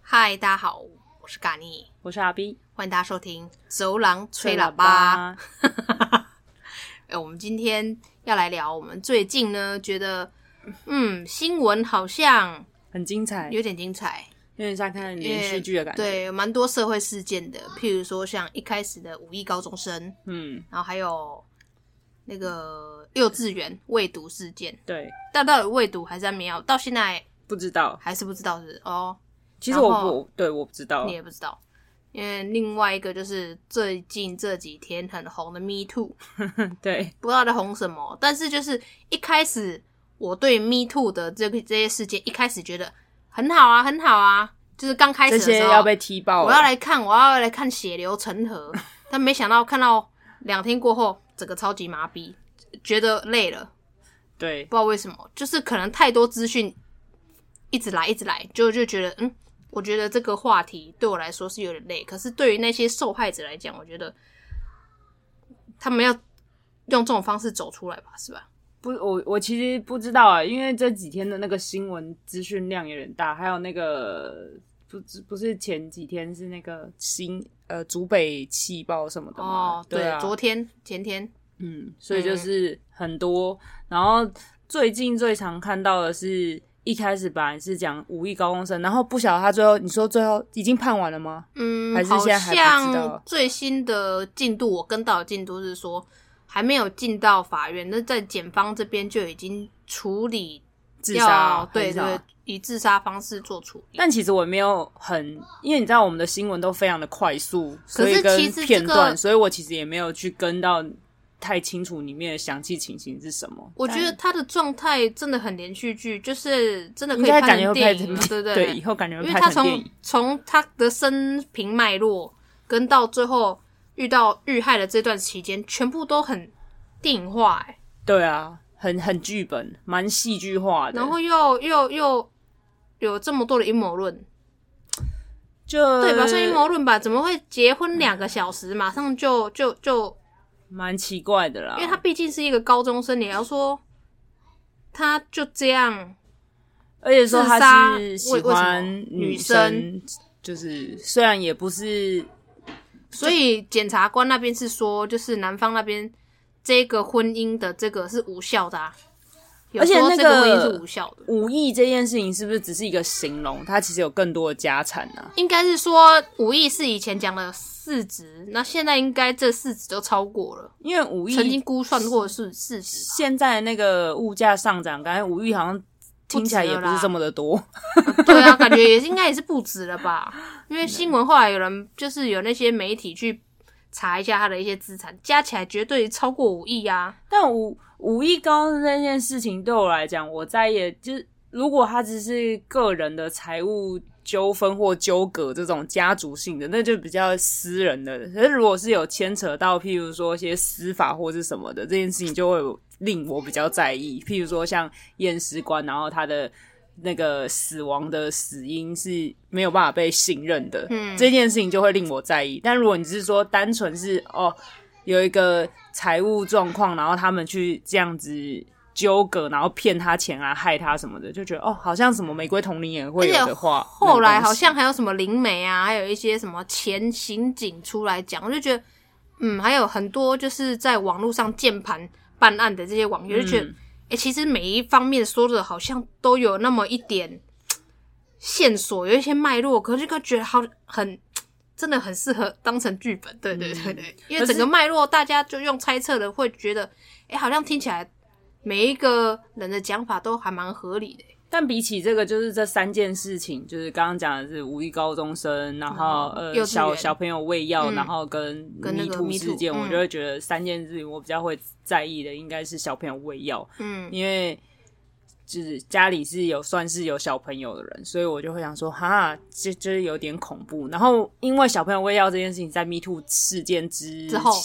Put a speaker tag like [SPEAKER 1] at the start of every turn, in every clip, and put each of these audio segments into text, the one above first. [SPEAKER 1] 嗨，大家好，我是嘎尼，
[SPEAKER 2] 我是阿 B，
[SPEAKER 1] 欢迎大家收听《走廊吹
[SPEAKER 2] 喇
[SPEAKER 1] 喇 叭》。哎，我们今天要来聊，我们最近呢觉得，嗯，新闻好像
[SPEAKER 2] 很精彩，有
[SPEAKER 1] 有点精彩，
[SPEAKER 2] 点像看连续剧的感觉。，
[SPEAKER 1] 对，蛮多社会事件的，譬如说像一开始的五亿高中生，
[SPEAKER 2] 嗯，
[SPEAKER 1] 然后还有那个幼稚园未读事件，
[SPEAKER 2] 对，
[SPEAKER 1] 但到底未读还是没有，到现在
[SPEAKER 2] 不知道，
[SPEAKER 1] 还是不知道是不是哦，
[SPEAKER 2] 其实我
[SPEAKER 1] 然后
[SPEAKER 2] 不对，我不知道
[SPEAKER 1] 你，也不知道。因为另外一个就是最近这几天很红的 Me Too，
[SPEAKER 2] 对，
[SPEAKER 1] 不知道在红什么，但是就是一开始我对 Me Too 的这个这些事件，一开始觉得很好啊，很好啊，就是刚开始的
[SPEAKER 2] 这
[SPEAKER 1] 时候
[SPEAKER 2] 些要被踢爆
[SPEAKER 1] 我要
[SPEAKER 2] 了，
[SPEAKER 1] 来看，我要来看血流成河，但没想到看到两天过后，整个超级麻痹，觉得累了，
[SPEAKER 2] 对
[SPEAKER 1] 不知道为什么，就是可能太多资讯一直来一直来，就就觉得嗯，我觉得这个话题对我来说是有点累，可是对于那些受害者来讲，我觉得他们要用这种方式走出来吧，是吧？
[SPEAKER 2] 不，我我其实不知道啊，因为这几天的那个新闻资讯量有点大，还有那个不知不是前几天是那个新呃竹北气爆什么的吗？
[SPEAKER 1] 哦，对，
[SPEAKER 2] 啊，
[SPEAKER 1] 昨天前天
[SPEAKER 2] 嗯，所以就是很多。然后最近最常看到的是，一开始本来是讲五亿高中生，然后不晓得他最后你说最后已经判完了吗？
[SPEAKER 1] 嗯，
[SPEAKER 2] 还是
[SPEAKER 1] 好
[SPEAKER 2] 现在还不知道
[SPEAKER 1] 像最新的进度，我跟到的进度是说还没有进到法院，那在检方这边就已经处理
[SPEAKER 2] 自杀
[SPEAKER 1] 要，对
[SPEAKER 2] 还是什么
[SPEAKER 1] 对，以自杀方式做处理。
[SPEAKER 2] 但其实我没有很，因为你知道我们的新闻都非常的快速，
[SPEAKER 1] 可
[SPEAKER 2] 所
[SPEAKER 1] 是
[SPEAKER 2] 以跟
[SPEAKER 1] 其实这个
[SPEAKER 2] 片段，所以我其实也没有去跟到太清楚里面的详细情形是什么。
[SPEAKER 1] 我觉得他的状态真的很连续剧，就是真的
[SPEAKER 2] 但
[SPEAKER 1] 可
[SPEAKER 2] 应
[SPEAKER 1] 以
[SPEAKER 2] 该
[SPEAKER 1] 拍
[SPEAKER 2] 感觉
[SPEAKER 1] 成
[SPEAKER 2] 会拍
[SPEAKER 1] 电
[SPEAKER 2] 成
[SPEAKER 1] 影了，对不
[SPEAKER 2] 对，以后感觉
[SPEAKER 1] 因
[SPEAKER 2] 会
[SPEAKER 1] 为
[SPEAKER 2] 拍
[SPEAKER 1] 他
[SPEAKER 2] 成电
[SPEAKER 1] 从
[SPEAKER 2] 影。
[SPEAKER 1] 从他的生平脉络跟到最后遇到遇害的这段期间，全部都很电影化、欸，
[SPEAKER 2] 对啊，很很剧本，蛮戏剧化的。
[SPEAKER 1] 然后又又又有这么多的阴谋论，
[SPEAKER 2] 就
[SPEAKER 1] 对吧？算阴谋论吧？怎么会结婚两个小时，马上就就就？
[SPEAKER 2] 蛮奇怪的啦，
[SPEAKER 1] 因为他毕竟是一个高中生，你要说他就这样，
[SPEAKER 2] 而且说
[SPEAKER 1] 自杀
[SPEAKER 2] 他是喜
[SPEAKER 1] 为为什么
[SPEAKER 2] 欢
[SPEAKER 1] 女
[SPEAKER 2] 女
[SPEAKER 1] 生
[SPEAKER 2] 生，就是虽然也不是
[SPEAKER 1] 所以检察官那边是说，就是男方那边这个婚姻的这个是无效的、啊，有
[SPEAKER 2] 而且
[SPEAKER 1] 说
[SPEAKER 2] 那
[SPEAKER 1] 这个婚姻
[SPEAKER 2] 个
[SPEAKER 1] 是无效的，
[SPEAKER 2] 五亿这件事情，是不是只是一个形容？他其实有更多的家产啊。
[SPEAKER 1] 应该是说五亿是以前讲的市值，那现在应该这市值都超过了，
[SPEAKER 2] 因为五
[SPEAKER 1] 曾经
[SPEAKER 2] 亿
[SPEAKER 1] 估算过的是市值吧。
[SPEAKER 2] 现在那个物价上涨，感觉五亿好像听起来也不是这么的多。
[SPEAKER 1] 对啊，感觉也是应该也是不止了吧？因为新闻后来有人就是有那些媒体去查一下他的一些资产，加起来绝对超过五亿啊！
[SPEAKER 2] 但五五亿高中这件事情对我来讲，我在也就是如果他只是个人的财务纠纷或纠葛这种家族性的，那就比较私人的。可是如果是有牵扯到，譬如说一些司法或是什么的，这件事情就会有令我比较在意。譬如说像验尸官，然后他的。那个死亡的死因是没有办法被信任的，
[SPEAKER 1] 嗯
[SPEAKER 2] 这件事情就会令我在意。但如果你只是说单纯是哦，有一个财务状况，然后他们去这样子纠葛，然后骗他钱啊，害他什么的，就觉得哦，好像什么玫瑰童林也会有的话，
[SPEAKER 1] 后来
[SPEAKER 2] 那个
[SPEAKER 1] 好
[SPEAKER 2] 东西
[SPEAKER 1] 像还有什么灵媒啊，还有一些什么前刑警出来讲，我就觉得，嗯，还有很多就是在网络上键盘办案的这些网友，就觉得，哎、
[SPEAKER 2] 嗯
[SPEAKER 1] 其实每一方面说的好像都有那么一点线索，有一些脉络，可是就觉得好很。真的很适合当成剧本，对对
[SPEAKER 2] 嗯
[SPEAKER 1] 对对，因为
[SPEAKER 2] 可是
[SPEAKER 1] 整个脉络大家就用猜测的，会觉得，哎、好像听起来每一个人的讲法都还蛮合理的、
[SPEAKER 2] 但比起这个，就是这三件事情，就是刚刚讲的是无意高中生，然后、
[SPEAKER 1] 哦幼
[SPEAKER 2] 呃
[SPEAKER 1] 稚园
[SPEAKER 2] 小小朋友喂药，
[SPEAKER 1] 嗯
[SPEAKER 2] 然后跟
[SPEAKER 1] 跟那
[SPEAKER 2] 迷
[SPEAKER 1] 个
[SPEAKER 2] 途
[SPEAKER 1] Me
[SPEAKER 2] 事件，
[SPEAKER 1] Too，
[SPEAKER 2] 我
[SPEAKER 1] 嗯
[SPEAKER 2] 就会觉得三件事情我比较会在意的，应该是小朋友喂药，
[SPEAKER 1] 嗯，
[SPEAKER 2] 因为就是家里是有算是有小朋友的人，所以我就会想说，哈，这就是有点恐怖。然后因为小朋友喂药这件事情，在 Me Too 事件之
[SPEAKER 1] 之后啊，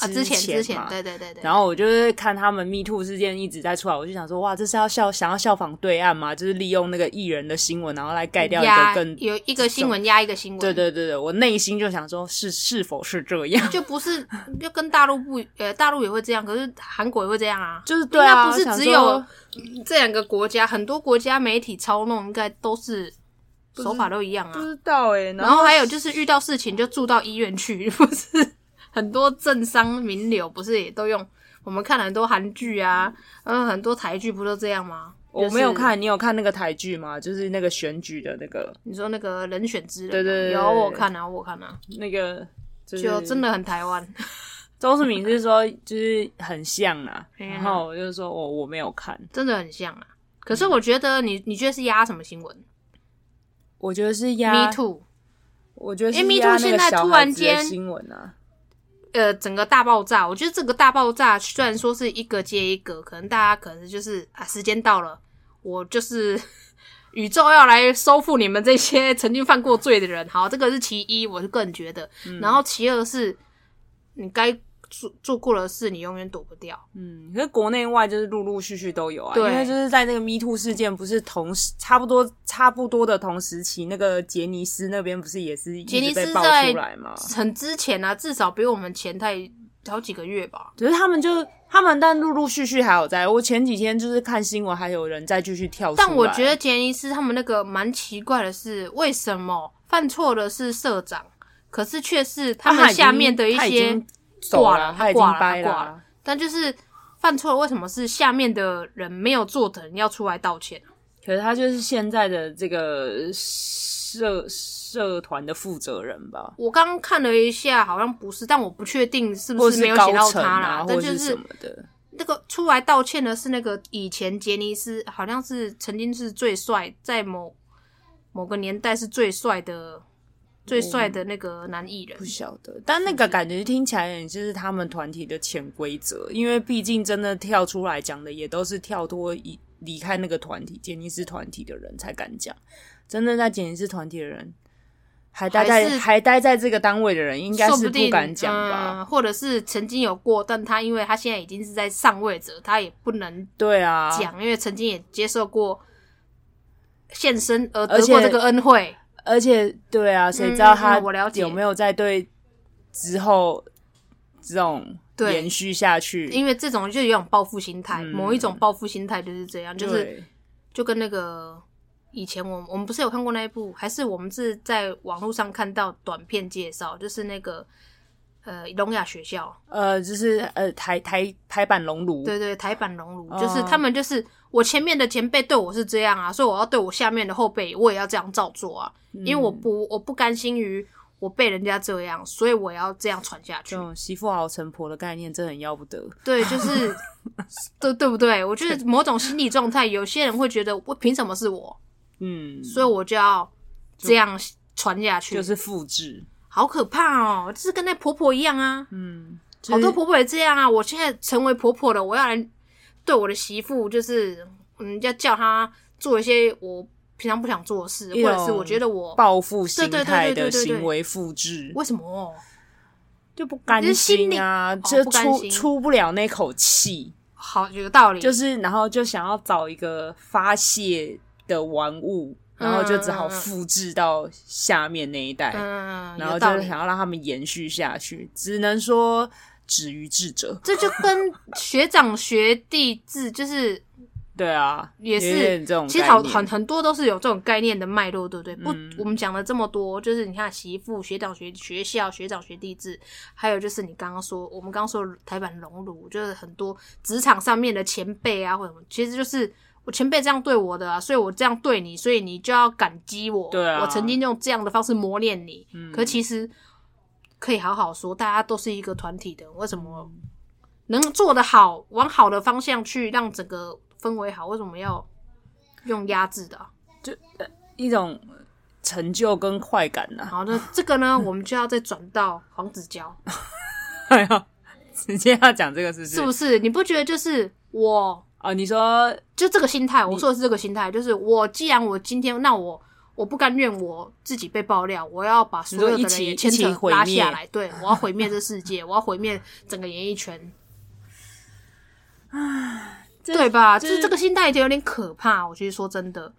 [SPEAKER 2] 啊
[SPEAKER 1] 之前之前
[SPEAKER 2] 前，嘛
[SPEAKER 1] 对对对对。
[SPEAKER 2] 然后我就是看他们 Me Too 事件一直在出来，我就想说，哇，这是要效想要效仿对岸吗？就是利用那个艺人的新闻，然后来盖掉一
[SPEAKER 1] 压
[SPEAKER 2] 个更
[SPEAKER 1] 有一个新闻压一个新闻，
[SPEAKER 2] 对，对对对，我内心就想说是是否是这样？
[SPEAKER 1] 就不是就跟大陆不呃大陆也会这样，可是韩国也会这样啊。
[SPEAKER 2] 就是对啊，
[SPEAKER 1] 应该不
[SPEAKER 2] 我
[SPEAKER 1] 是
[SPEAKER 2] 想
[SPEAKER 1] 只
[SPEAKER 2] 说
[SPEAKER 1] 有这两个国家，很多国家媒体操弄应该都是手法都一样
[SPEAKER 2] 不
[SPEAKER 1] 啊。
[SPEAKER 2] 知道哎、
[SPEAKER 1] 然后还有就是遇到事情就住到医院去， 不是很多政商名流不是也都用？我们看了很多韩剧啊，嗯，很多台剧不都这样吗？
[SPEAKER 2] 我
[SPEAKER 1] 就是
[SPEAKER 2] 没有看，你有看那个台剧吗？就是那个选举的那个
[SPEAKER 1] 你说那个人选之人啊，
[SPEAKER 2] 对对对
[SPEAKER 1] 有我看啊，我看啊，
[SPEAKER 2] 那个，就是
[SPEAKER 1] 就真的很台湾。
[SPEAKER 2] 周世明是说就是很像啊，
[SPEAKER 1] 哎呀
[SPEAKER 2] 然后我就说我我没有看，
[SPEAKER 1] 真的很像啊。可是我觉得你，你觉得是压什么新闻
[SPEAKER 2] 我觉得是压
[SPEAKER 1] ？Me too，
[SPEAKER 2] 我觉得是
[SPEAKER 1] 因为 Me Too
[SPEAKER 2] 压那
[SPEAKER 1] 现
[SPEAKER 2] 个
[SPEAKER 1] 在
[SPEAKER 2] 小
[SPEAKER 1] 突
[SPEAKER 2] 孩
[SPEAKER 1] 然
[SPEAKER 2] 子的
[SPEAKER 1] 间
[SPEAKER 2] 新闻啊，
[SPEAKER 1] 呃，整个大爆炸，我觉得这个大爆炸虽然说是一个接一个，可能大家可能就是啊，时间到了，我就是 宇宙要来收复你们这些曾经犯过罪的人。好，这个是其一，我是个人觉得。然后其二是，你该做做过的事，你永远躲不掉。
[SPEAKER 2] 嗯，可是国内外就是陆陆续续都有啊，因
[SPEAKER 1] 对
[SPEAKER 2] 为就是在那个 Me Too 事件，不是同时差不多差不多的同时期，那个杰尼斯那边不是也是一
[SPEAKER 1] 杰尼
[SPEAKER 2] 直
[SPEAKER 1] 斯
[SPEAKER 2] 被爆
[SPEAKER 1] 在
[SPEAKER 2] 出来嘛？
[SPEAKER 1] 很之前啊，至少比我们前太好几个月吧。
[SPEAKER 2] 只是他们就他们，但陆陆续续还有在。我前几天就是看新闻，还有人再继续跳出来。
[SPEAKER 1] 但我觉得杰尼斯他们那个蛮奇怪的是，为什么犯错的是社长，可是却是他
[SPEAKER 2] 啊他已
[SPEAKER 1] 们
[SPEAKER 2] 经
[SPEAKER 1] 下面的一
[SPEAKER 2] 他已
[SPEAKER 1] 些
[SPEAKER 2] 经，走
[SPEAKER 1] 挂了
[SPEAKER 2] 他已经
[SPEAKER 1] 他挂了
[SPEAKER 2] 掰
[SPEAKER 1] 他挂了但就是犯错了，为什么是下面的人没有做的人要出来道歉？
[SPEAKER 2] 可是他就是现在的这个社社团的负责人吧，
[SPEAKER 1] 我刚刚看了一下，好像不是，但我不确定是不
[SPEAKER 2] 或
[SPEAKER 1] 是没有
[SPEAKER 2] 高
[SPEAKER 1] 写到
[SPEAKER 2] 层
[SPEAKER 1] 他啦。
[SPEAKER 2] 啊，或
[SPEAKER 1] 但
[SPEAKER 2] 者
[SPEAKER 1] 就是
[SPEAKER 2] 什
[SPEAKER 1] 是
[SPEAKER 2] 么的。
[SPEAKER 1] 那个出来道歉的是那个以前杰尼斯好像是曾经是最帅，在某某个年代是最帅的最帅的那个男艺人
[SPEAKER 2] 不。晓得，但那个感觉听起来也就是他们团体的潜规则，因为毕竟真的跳出来讲的也都是跳脱一离开那个团体杰尼斯团体的人才敢讲，真正在杰尼斯团体的人还待在
[SPEAKER 1] 还是
[SPEAKER 2] 还待在这个单位的人，应该
[SPEAKER 1] 说
[SPEAKER 2] 是
[SPEAKER 1] 定
[SPEAKER 2] 敢讲吧？
[SPEAKER 1] 嗯，或者是曾经有过，但他因为他现在已经是在上位者，他也不能
[SPEAKER 2] 对啊，
[SPEAKER 1] 讲，因为曾经也接受过献身而
[SPEAKER 2] 而
[SPEAKER 1] 得
[SPEAKER 2] 且
[SPEAKER 1] 过这个恩惠。
[SPEAKER 2] 而且对啊，谁知道他
[SPEAKER 1] 嗯我了解
[SPEAKER 2] 有没有在对之后这种
[SPEAKER 1] 对
[SPEAKER 2] 延续下去？
[SPEAKER 1] 因为这种就有种报复心态，
[SPEAKER 2] 嗯
[SPEAKER 1] 某一种报复心态就是这样，就是
[SPEAKER 2] 对
[SPEAKER 1] 就跟那个以前我我们不是有看过那一部，还是我们是在网络上看到短片介绍，就是那个呃聋哑学校，
[SPEAKER 2] 呃，就是呃台台台版熔炉，
[SPEAKER 1] 对对，台版熔炉，
[SPEAKER 2] 哦
[SPEAKER 1] 就是他们就是我前面的前辈对我是这样啊，所以我要对我下面的后辈我也要这样照做啊，因为
[SPEAKER 2] 嗯
[SPEAKER 1] 我不我不甘心于我被人家这样，所以我要这样传下去
[SPEAKER 2] 这。种媳妇熬成婆的概念真的很要不得。
[SPEAKER 1] 对，就是 对对不对？我觉得某种心理状态，有些人会觉得我凭什么是我，
[SPEAKER 2] 嗯，
[SPEAKER 1] 所以我就要这样传下去，
[SPEAKER 2] 就是复制。
[SPEAKER 1] 好可怕哦！就是跟那婆婆一样啊，
[SPEAKER 2] 嗯，
[SPEAKER 1] 好多
[SPEAKER 2] 就是
[SPEAKER 1] 婆婆也这样啊。我现在成为婆婆了，我要来对我的媳妇，就是嗯，要叫她做一些我平常不想做的事，
[SPEAKER 2] 一
[SPEAKER 1] 或
[SPEAKER 2] 种
[SPEAKER 1] 者是我觉得我
[SPEAKER 2] 报复心态
[SPEAKER 1] 对对对对
[SPEAKER 2] 的
[SPEAKER 1] 对对对
[SPEAKER 2] 行为复制，
[SPEAKER 1] 为什么
[SPEAKER 2] 就不甘心啊，
[SPEAKER 1] 就是心里
[SPEAKER 2] 就
[SPEAKER 1] 哦不甘
[SPEAKER 2] 出
[SPEAKER 1] 心
[SPEAKER 2] 出不了那口气，
[SPEAKER 1] 好有道理，
[SPEAKER 2] 就是然后就想要找一个发泄的玩物，然后就只好复制到下面那一代，
[SPEAKER 1] 嗯，
[SPEAKER 2] 然
[SPEAKER 1] 有
[SPEAKER 2] 后
[SPEAKER 1] 道
[SPEAKER 2] 就是
[SPEAKER 1] 理。
[SPEAKER 2] 想要让他们延续下去，只能说止于智者。
[SPEAKER 1] 这就跟学长学弟制，就是
[SPEAKER 2] 对啊，
[SPEAKER 1] 也是
[SPEAKER 2] 有点这种概念，嗯
[SPEAKER 1] 其实好很很多都是有这种概念的脉络，对不对？不，我们讲了这么多，就是你看媳妇、学长、学学校、学长、学弟制，还有就是你刚刚说，我们刚刚说台版熔炉，就是很多职场上面的前辈啊，或者什么，其实就是我前辈这样对我的啊，所以我这样对你，所以你就要感激我。
[SPEAKER 2] 对啊嗯
[SPEAKER 1] 我曾经用这样的方式磨练你，可其实可以好好说，大家都是一个团体的，为什么？
[SPEAKER 2] 嗯
[SPEAKER 1] 能做得好，往好的方向去，让整个氛围好。为什么要用压制的啊、
[SPEAKER 2] 一种成就跟快感呐、
[SPEAKER 1] 好，那这个呢，我们就要再转到黄子佼，
[SPEAKER 2] 哎呀， 直接要讲这个是不是？
[SPEAKER 1] 是不是？你不觉得就是我
[SPEAKER 2] 哦，你说
[SPEAKER 1] 就这个心态？我说的是这个心态，就是我既然我今天，那我我不甘愿我自己被爆料，我要把所有的
[SPEAKER 2] 你说一
[SPEAKER 1] 人
[SPEAKER 2] 起
[SPEAKER 1] 也牵
[SPEAKER 2] 一
[SPEAKER 1] 扯
[SPEAKER 2] 起毁
[SPEAKER 1] 拉
[SPEAKER 2] 灭
[SPEAKER 1] 下来，对我要毁灭这世界， 我要毁灭整个演艺圈。对吧？就是这个心态有点可怕，我其实说真的，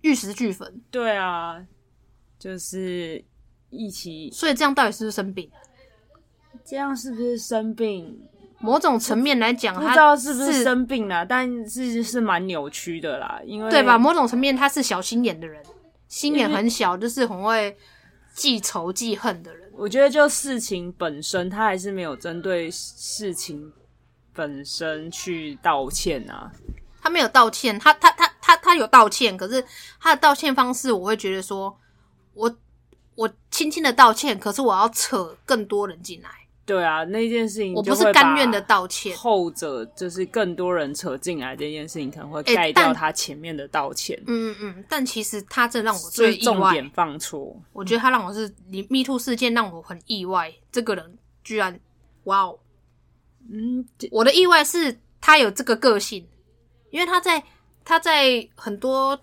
[SPEAKER 1] 玉石俱焚。
[SPEAKER 2] 对啊，就是一起
[SPEAKER 1] 所以这样到底是不是生病？
[SPEAKER 2] 这样是不是生病？
[SPEAKER 1] 某种层面来讲，
[SPEAKER 2] 不
[SPEAKER 1] 它
[SPEAKER 2] 知道是不是
[SPEAKER 1] 是
[SPEAKER 2] 生病啦，但是是蛮扭曲的啦，因为
[SPEAKER 1] 对吧？？某种层面，他是小心眼的人，心眼很小，就是很会记仇记恨的人。
[SPEAKER 2] 我觉得就事情本身，他还是没有针对事情本身去道歉啊。
[SPEAKER 1] 他没有道歉，他他他他他有道歉，可是他的道歉方式，我会觉得说，我我轻轻的道歉，可是我要扯更多人进来，
[SPEAKER 2] 对啊，那件事情
[SPEAKER 1] 我不是甘愿的道歉。
[SPEAKER 2] 后者，就是更多人扯进来这件事情，可能会
[SPEAKER 1] 哎
[SPEAKER 2] 盖
[SPEAKER 1] 但
[SPEAKER 2] 掉他前面的道歉。
[SPEAKER 1] 嗯嗯嗯，但其实他这让我
[SPEAKER 2] 所
[SPEAKER 1] 最
[SPEAKER 2] 以
[SPEAKER 1] 意
[SPEAKER 2] 重
[SPEAKER 1] 外，
[SPEAKER 2] 点放错，
[SPEAKER 1] 我觉得他让我是你 Me Too 事件让我很意外，这个人居然哇哦！
[SPEAKER 2] 嗯，这
[SPEAKER 1] 我的意外是他有这个个性，因为他在他在很多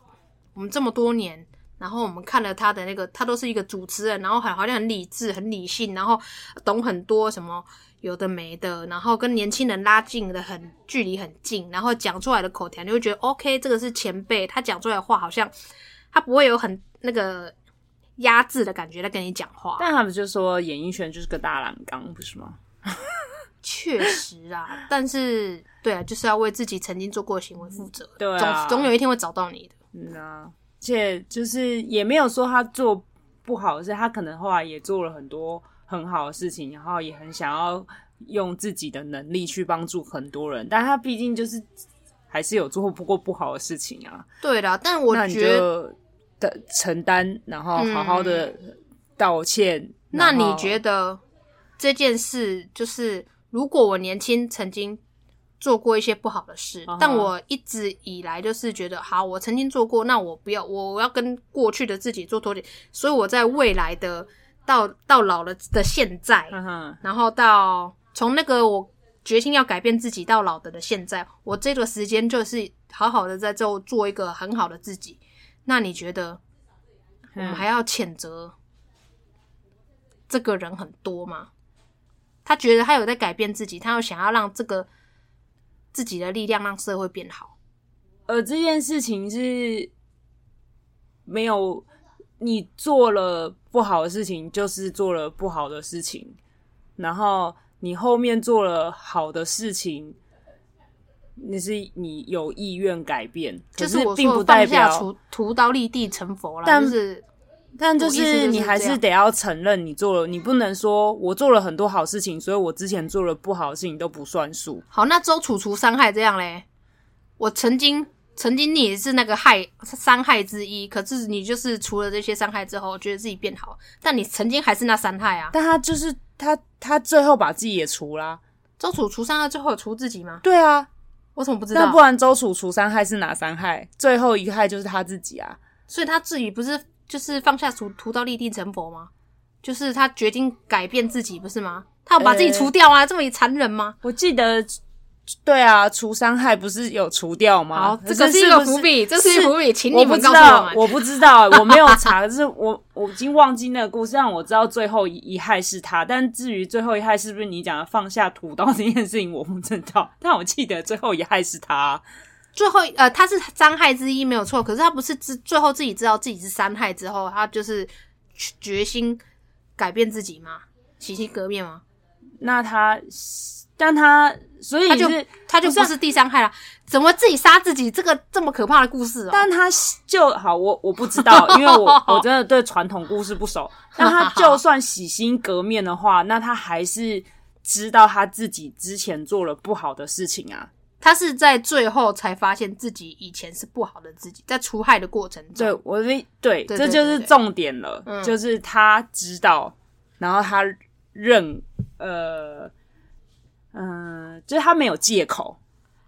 [SPEAKER 1] 我们这么多年，然后我们看了他的那个，他都是一个主持人，然后很好像很理智、很理性，然后懂很多什么有的没的，然后跟年轻人拉近的很距离很近，然后讲出来的口条，你会觉得 OK，这个是前辈，他讲出来的话好像他不会有很那个压制的感觉在跟你讲话，
[SPEAKER 2] 但他们就说演艺圈就是个大染缸，不是吗？
[SPEAKER 1] 确实啊，但是对啊，就是要为自己曾经做过的行为负责。
[SPEAKER 2] 对啊
[SPEAKER 1] 总总有一天会找到你的。
[SPEAKER 2] 嗯啊，而且就是也没有说他做不好的事，他可能后来也做了很多很好的事情，然后也很想要用自己的能力去帮助很多人，但他毕竟就是还是有做不过不好的事情啊。
[SPEAKER 1] 对啦，但我
[SPEAKER 2] 那你
[SPEAKER 1] 觉得，嗯
[SPEAKER 2] 就的承担，然后好好的道歉。
[SPEAKER 1] 那
[SPEAKER 2] 然
[SPEAKER 1] 你
[SPEAKER 2] 后
[SPEAKER 1] 觉得这件事就是，如果我年轻曾经做过一些不好的事
[SPEAKER 2] 嗯哼
[SPEAKER 1] 但我一直以来就是觉得，好，我曾经做过，那我不要，我我要跟过去的自己做脱节，所以我在未来的到到老了的现在，
[SPEAKER 2] 嗯哼，
[SPEAKER 1] 然后到从那个我决心要改变自己到老的的现在，我这个时间就是好好的在做做一个很好的自己。那你觉得我们
[SPEAKER 2] 嗯
[SPEAKER 1] 还要谴责这个人很多吗？他觉得他有在改变自己，他有想要让这个自己的力量让社会变好。
[SPEAKER 2] 呃，这件事情是没有你做了不好的事情，就是做了不好的事情，然后你后面做了好的事情，那是你有意愿改变，可
[SPEAKER 1] 就是我
[SPEAKER 2] 并
[SPEAKER 1] 说
[SPEAKER 2] 不
[SPEAKER 1] 的
[SPEAKER 2] 代
[SPEAKER 1] 放下
[SPEAKER 2] 表，
[SPEAKER 1] 屠屠刀立地成佛啦，
[SPEAKER 2] 但
[SPEAKER 1] 就是
[SPEAKER 2] 但就
[SPEAKER 1] 我意思就是是
[SPEAKER 2] 你还
[SPEAKER 1] 这
[SPEAKER 2] 是
[SPEAKER 1] 样
[SPEAKER 2] 得要承认你做了，你不能说我做了很多好事情，所以我之前做了不好的事情都不算数。
[SPEAKER 1] 好，那周楚除伤害这样嘞，我曾经曾经你也是那个害伤害之一，可是你就是除了这些伤害之后，觉得自己变好，但你曾经还是那伤害啊。
[SPEAKER 2] 但他就是他，他最后把自己也除啦、
[SPEAKER 1] 周楚除伤害最后有除自己吗？
[SPEAKER 2] 对啊，
[SPEAKER 1] 我怎么不知
[SPEAKER 2] 那
[SPEAKER 1] 道
[SPEAKER 2] 不？然周楚除三害是哪三害？最后一个害就是他自己啊。
[SPEAKER 1] 所以他自己不是就是放下屠屠刀立地成佛吗？就是他决定改变自己，不是吗？他要把自己除掉啊，这么残忍吗？
[SPEAKER 2] 我记得，对啊，除三害不是有除掉吗？
[SPEAKER 1] 好，啊这个是一个伏笔，这是一个伏笔，请你
[SPEAKER 2] 不
[SPEAKER 1] 们
[SPEAKER 2] 知
[SPEAKER 1] 告诉我
[SPEAKER 2] 道
[SPEAKER 1] 们，。
[SPEAKER 2] 我不知道，我没有查， 可是我我已经忘记那个故事，但我知道最后一一害是他，但至于最后一害是不是你讲的放下屠刀这件事情，我不知道。但我记得最后一害是他，
[SPEAKER 1] 最后呃，他是伤害之一没有错，可是他不是自最后自己知道自己是伤害之后，他就是决决心改变自己吗？洗心革面吗？
[SPEAKER 2] 那他，但他，所以
[SPEAKER 1] 他就是他就
[SPEAKER 2] 不是
[SPEAKER 1] 不
[SPEAKER 2] 啊
[SPEAKER 1] 是第三害啦，怎么自己杀自己？这个这么可怕的故事哦、
[SPEAKER 2] 但他就好，我我不知 道，因为我我真的对传统故事不熟。但他就算洗心革面的话，那他还是知道他自己之前做了不好的事情啊。
[SPEAKER 1] 他是在最后才发现自己以前是不好的自己，在除害的过程
[SPEAKER 2] 对
[SPEAKER 1] 中，，
[SPEAKER 2] 我的对，
[SPEAKER 1] 对
[SPEAKER 2] 这
[SPEAKER 1] 对
[SPEAKER 2] 就是
[SPEAKER 1] 对对
[SPEAKER 2] 重点了，
[SPEAKER 1] 嗯
[SPEAKER 2] 就是他知道，然后他认，呃，嗯、就是他没有借口，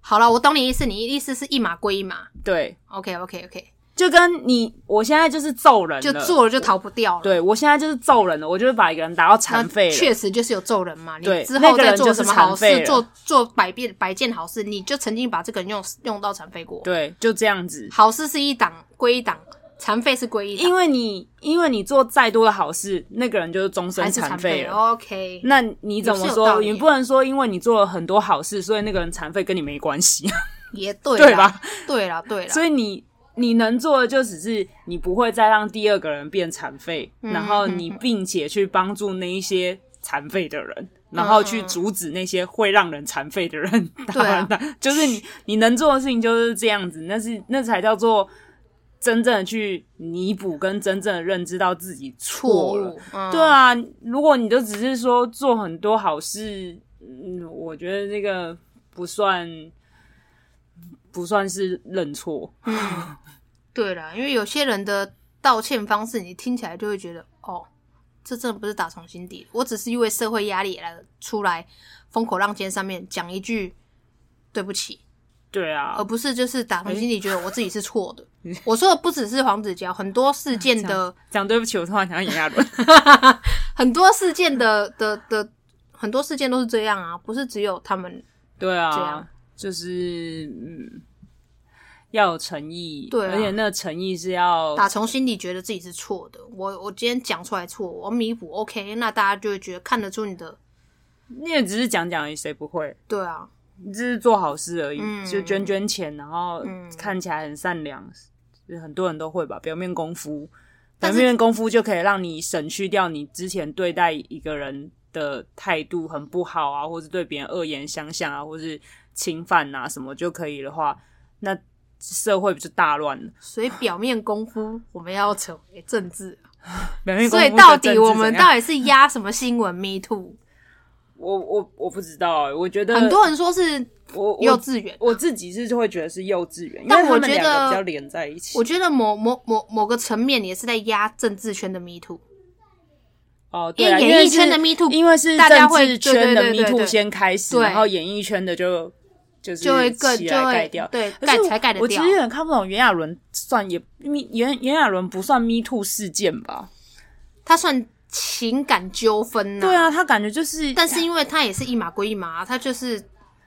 [SPEAKER 1] 好了，我懂你意思，你意思是一码归一码
[SPEAKER 2] 对，
[SPEAKER 1] ，OK OK OK，
[SPEAKER 2] 就跟你我现在就是揍人了，
[SPEAKER 1] 就做了就逃不掉了。
[SPEAKER 2] 对我现在就是揍人了，我就是把一个人打到残废了，
[SPEAKER 1] 确实就是有揍人嘛。你
[SPEAKER 2] 对
[SPEAKER 1] 之
[SPEAKER 2] 那
[SPEAKER 1] 后
[SPEAKER 2] 个
[SPEAKER 1] 再
[SPEAKER 2] 人
[SPEAKER 1] 做
[SPEAKER 2] 就是
[SPEAKER 1] 什么好
[SPEAKER 2] 残废
[SPEAKER 1] 事，
[SPEAKER 2] 了
[SPEAKER 1] 做做百遍百件好事，你就曾经把这个人用用到残废过。
[SPEAKER 2] 对，就这样子。
[SPEAKER 1] 好事是一档归一档，残废是归一档，
[SPEAKER 2] 因为你因为你做再多的好事，那个人就是终身
[SPEAKER 1] 还是
[SPEAKER 2] 残
[SPEAKER 1] 残
[SPEAKER 2] 废了。
[SPEAKER 1] OK，
[SPEAKER 2] 那你怎么
[SPEAKER 1] 也是有道
[SPEAKER 2] 说？
[SPEAKER 1] 理啊
[SPEAKER 2] 你不能说因为你做了很多好事，所以那个人残废跟你没关系。
[SPEAKER 1] 也对
[SPEAKER 2] 对
[SPEAKER 1] 啦
[SPEAKER 2] 吧？
[SPEAKER 1] 对啦，对啦。
[SPEAKER 2] 所以你你能做的就只是你不会再让第二个人变残废，
[SPEAKER 1] 嗯
[SPEAKER 2] 然后你并且去帮助那一些残废的
[SPEAKER 1] 嗯
[SPEAKER 2] 人。然后去阻止那些会让人残废的人 打
[SPEAKER 1] 对啊
[SPEAKER 2] 完他，就是你你能做的事情就是这样子，那是那才叫做真正的去弥补，跟真正的认知到自己
[SPEAKER 1] 错
[SPEAKER 2] 错了。
[SPEAKER 1] 误，嗯、
[SPEAKER 2] 对，啊，如果你就只是说做很多好事，嗯，我觉得这个不算不算是认错。
[SPEAKER 1] 对啦，因为有些人的道歉方式，你听起来就会觉得，哦，这真的不是打从心底的，我只是因为社会压力来出来风口浪尖上面讲一句对不起，
[SPEAKER 2] 对啊
[SPEAKER 1] 而，不是就是打从心底觉得我自己 是错的。我说的不只是黄子佼，很多
[SPEAKER 2] 啊
[SPEAKER 1] 事件的
[SPEAKER 2] 讲对不起，我突然想到炎亚纶。
[SPEAKER 1] 很多事件的的的很多事件都是这样啊，不是只有他们
[SPEAKER 2] 对
[SPEAKER 1] 这
[SPEAKER 2] 啊
[SPEAKER 1] 样，
[SPEAKER 2] 就是嗯，要有诚意，
[SPEAKER 1] 对啊
[SPEAKER 2] 而且那个诚意是要
[SPEAKER 1] 打从心底觉得自己是错的。我我今天讲出来错，我要弥补，OK，那大家就会觉得看得出你的
[SPEAKER 2] 你也只是讲讲而已，谁不会？
[SPEAKER 1] 对啊，
[SPEAKER 2] 你只是做好事而已，
[SPEAKER 1] 嗯
[SPEAKER 2] 就捐捐钱，然后
[SPEAKER 1] 嗯
[SPEAKER 2] 看起来很善良，就是很多人都会吧。表面功夫，表
[SPEAKER 1] 但是
[SPEAKER 2] 面功夫就可以让你省去掉你之前对待一个人的态度很不好啊，或是对别人恶言相向啊，或是侵犯啊什么就可以的话，那社会不就大乱了？
[SPEAKER 1] 所以表面功夫我们要成为政治，啊
[SPEAKER 2] 表面功
[SPEAKER 1] 所
[SPEAKER 2] 夫
[SPEAKER 1] 以到
[SPEAKER 2] 的政
[SPEAKER 1] 底
[SPEAKER 2] 治
[SPEAKER 1] 我们
[SPEAKER 2] 怎样
[SPEAKER 1] 到底是压什么新闻？Me too，
[SPEAKER 2] 我我我不知道、欸，我觉得
[SPEAKER 1] 很多人说是
[SPEAKER 2] 我我
[SPEAKER 1] 幼稚园，
[SPEAKER 2] 我自己是就会觉得是幼稚园，因为
[SPEAKER 1] 但
[SPEAKER 2] 他
[SPEAKER 1] 我
[SPEAKER 2] 们
[SPEAKER 1] 觉
[SPEAKER 2] 两个
[SPEAKER 1] 得
[SPEAKER 2] 比较连在一起。
[SPEAKER 1] 我觉得某某某某个层面也是在压政治圈的 Me too。
[SPEAKER 2] 哦，
[SPEAKER 1] 因为
[SPEAKER 2] 对啊，
[SPEAKER 1] 演
[SPEAKER 2] 为
[SPEAKER 1] 艺圈
[SPEAKER 2] 是
[SPEAKER 1] 的 Me Too，
[SPEAKER 2] 因为是
[SPEAKER 1] 大家
[SPEAKER 2] 政
[SPEAKER 1] 会
[SPEAKER 2] 治圈的
[SPEAKER 1] 对对对
[SPEAKER 2] Me
[SPEAKER 1] 对
[SPEAKER 2] Too
[SPEAKER 1] 对
[SPEAKER 2] 先开始，
[SPEAKER 1] 对
[SPEAKER 2] 然后演艺圈的就就是
[SPEAKER 1] 就会更
[SPEAKER 2] 起
[SPEAKER 1] 就
[SPEAKER 2] 来
[SPEAKER 1] 会
[SPEAKER 2] 盖掉。
[SPEAKER 1] 对
[SPEAKER 2] 可是
[SPEAKER 1] 盖
[SPEAKER 2] 我
[SPEAKER 1] 才盖得
[SPEAKER 2] 我其
[SPEAKER 1] 掉
[SPEAKER 2] 实有。点看不懂炎亚纶算也咪炎炎亚纶不算 Me Too 事件吧？
[SPEAKER 1] 他算情感纠纷呐、
[SPEAKER 2] 对，啊，他感觉就是，
[SPEAKER 1] 但是因为他也是一码归一码、啊，他就是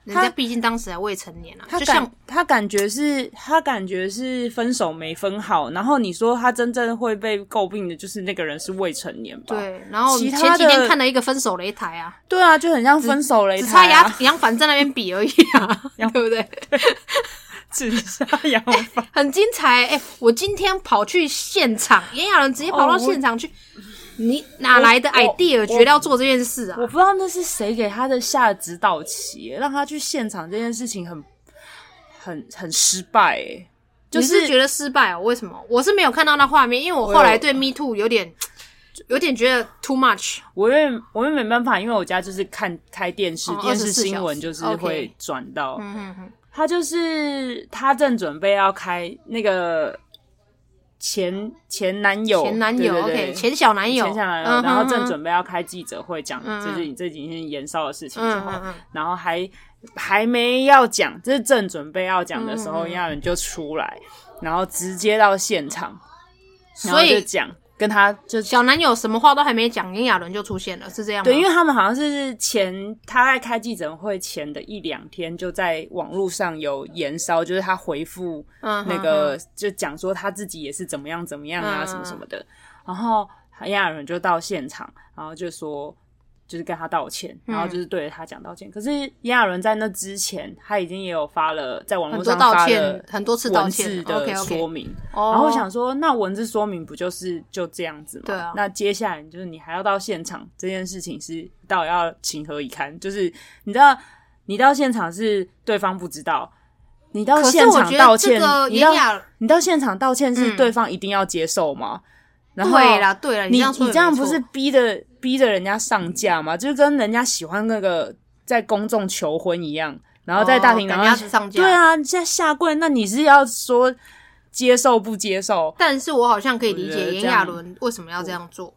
[SPEAKER 1] 人
[SPEAKER 2] 他
[SPEAKER 1] 家毕竟当时还未成年啊，
[SPEAKER 2] 他
[SPEAKER 1] 就
[SPEAKER 2] 感
[SPEAKER 1] 像
[SPEAKER 2] 他感觉是他感觉是分手没分好，然后你说他真正会被诟病的就是那个人是未成年吧？
[SPEAKER 1] 对。然后
[SPEAKER 2] 其
[SPEAKER 1] 前
[SPEAKER 2] 他的
[SPEAKER 1] 几天看了一个分手擂台啊，
[SPEAKER 2] 对啊，就很像分手擂
[SPEAKER 1] 只差
[SPEAKER 2] 台啊、
[SPEAKER 1] 杨 杨凡在那边比而已 啊， 对不对？
[SPEAKER 2] 只差杨凡
[SPEAKER 1] 很精彩、哎、我今天跑去现场，炎亚纶直接跑到
[SPEAKER 2] 哦我
[SPEAKER 1] 现场去，你哪来的
[SPEAKER 2] 我
[SPEAKER 1] idea
[SPEAKER 2] 我
[SPEAKER 1] 觉得要做这件事啊
[SPEAKER 2] 我？不知道那是谁给他的下的指导棋，让他去现场这件事情很很很失败、欸，就
[SPEAKER 1] 你是觉得失败哦？为什么？我是没有看到那画面，因为我后
[SPEAKER 2] 我
[SPEAKER 1] 来
[SPEAKER 2] 有
[SPEAKER 1] 对 Me Too 有点有点觉得 too much。
[SPEAKER 2] 我因为我因为没办法，因为我家就是看开电视，
[SPEAKER 1] 哦
[SPEAKER 2] 电视
[SPEAKER 1] 24
[SPEAKER 2] 新闻
[SPEAKER 1] 小时
[SPEAKER 2] 就是
[SPEAKER 1] OK
[SPEAKER 2] 会转到，
[SPEAKER 1] 嗯哼哼，
[SPEAKER 2] 他就是他正准备要开那个前前男友
[SPEAKER 1] 前男友
[SPEAKER 2] 哦对对对
[SPEAKER 1] OK，前小男友，
[SPEAKER 2] 前下来
[SPEAKER 1] 嗯
[SPEAKER 2] 了，然后
[SPEAKER 1] 哼
[SPEAKER 2] 正
[SPEAKER 1] 哼
[SPEAKER 2] 准备要开记者会讲，就是你这几天延烧的事情之后
[SPEAKER 1] 嗯嗯嗯，
[SPEAKER 2] 然后还还没要讲，这是正准备要讲的时候，
[SPEAKER 1] 嗯嗯嗯
[SPEAKER 2] 亚人就出来，然后直接到现场，然
[SPEAKER 1] 所
[SPEAKER 2] 后就
[SPEAKER 1] 以
[SPEAKER 2] 讲跟他就
[SPEAKER 1] 小男友什么话都还没讲，炎亚纶就出现了，是这样吗？
[SPEAKER 2] 对，因为他们好像是前他在开记者会前的一两天就在网络上有延烧，就是他回复
[SPEAKER 1] 嗯
[SPEAKER 2] 那个就讲说他自己也是怎么样怎么样啊，
[SPEAKER 1] 嗯
[SPEAKER 2] 什么什么的。然后炎亚纶就到现场，然后就说就是跟他道歉，
[SPEAKER 1] 嗯
[SPEAKER 2] 然后就是对着他讲道歉。可是炎亚纶在那之前，他已经也有发了在网
[SPEAKER 1] 很
[SPEAKER 2] 络
[SPEAKER 1] 多
[SPEAKER 2] 上
[SPEAKER 1] 道
[SPEAKER 2] 发了
[SPEAKER 1] 歉，很多次道
[SPEAKER 2] 文字
[SPEAKER 1] 歉
[SPEAKER 2] 的
[SPEAKER 1] ，OK
[SPEAKER 2] 说
[SPEAKER 1] OK。
[SPEAKER 2] 明。
[SPEAKER 1] 哦
[SPEAKER 2] 然后我想说，那文字说明不就是就这样子吗？
[SPEAKER 1] 对啊
[SPEAKER 2] 那接下来就是你还要到现场，这件事情是到底要情何以堪？就是你知道，你到现场是对方不知道，你到
[SPEAKER 1] 可
[SPEAKER 2] 现
[SPEAKER 1] 是我
[SPEAKER 2] 场
[SPEAKER 1] 觉
[SPEAKER 2] 道
[SPEAKER 1] 得这
[SPEAKER 2] 歉，
[SPEAKER 1] 个
[SPEAKER 2] 你到
[SPEAKER 1] 炎亚，
[SPEAKER 2] 你到现场道歉是
[SPEAKER 1] 嗯
[SPEAKER 2] 对方一定要接受吗？然后
[SPEAKER 1] 对啦对啦，这
[SPEAKER 2] 你
[SPEAKER 1] 样说
[SPEAKER 2] 你
[SPEAKER 1] 也
[SPEAKER 2] 这样
[SPEAKER 1] 没
[SPEAKER 2] 不
[SPEAKER 1] 错
[SPEAKER 2] 是逼着逼着人家上架吗？就是跟人家喜欢那个在公众求婚一样，然后在大庭
[SPEAKER 1] 哦
[SPEAKER 2] 广
[SPEAKER 1] 赶鸭
[SPEAKER 2] 众
[SPEAKER 1] 子上架？
[SPEAKER 2] 对，啊，你现在下跪，那你是要说接受不接受？
[SPEAKER 1] 但是我好像可以理
[SPEAKER 2] 我觉得
[SPEAKER 1] 解
[SPEAKER 2] 这
[SPEAKER 1] 炎
[SPEAKER 2] 样
[SPEAKER 1] 亚纶为什么要这样做，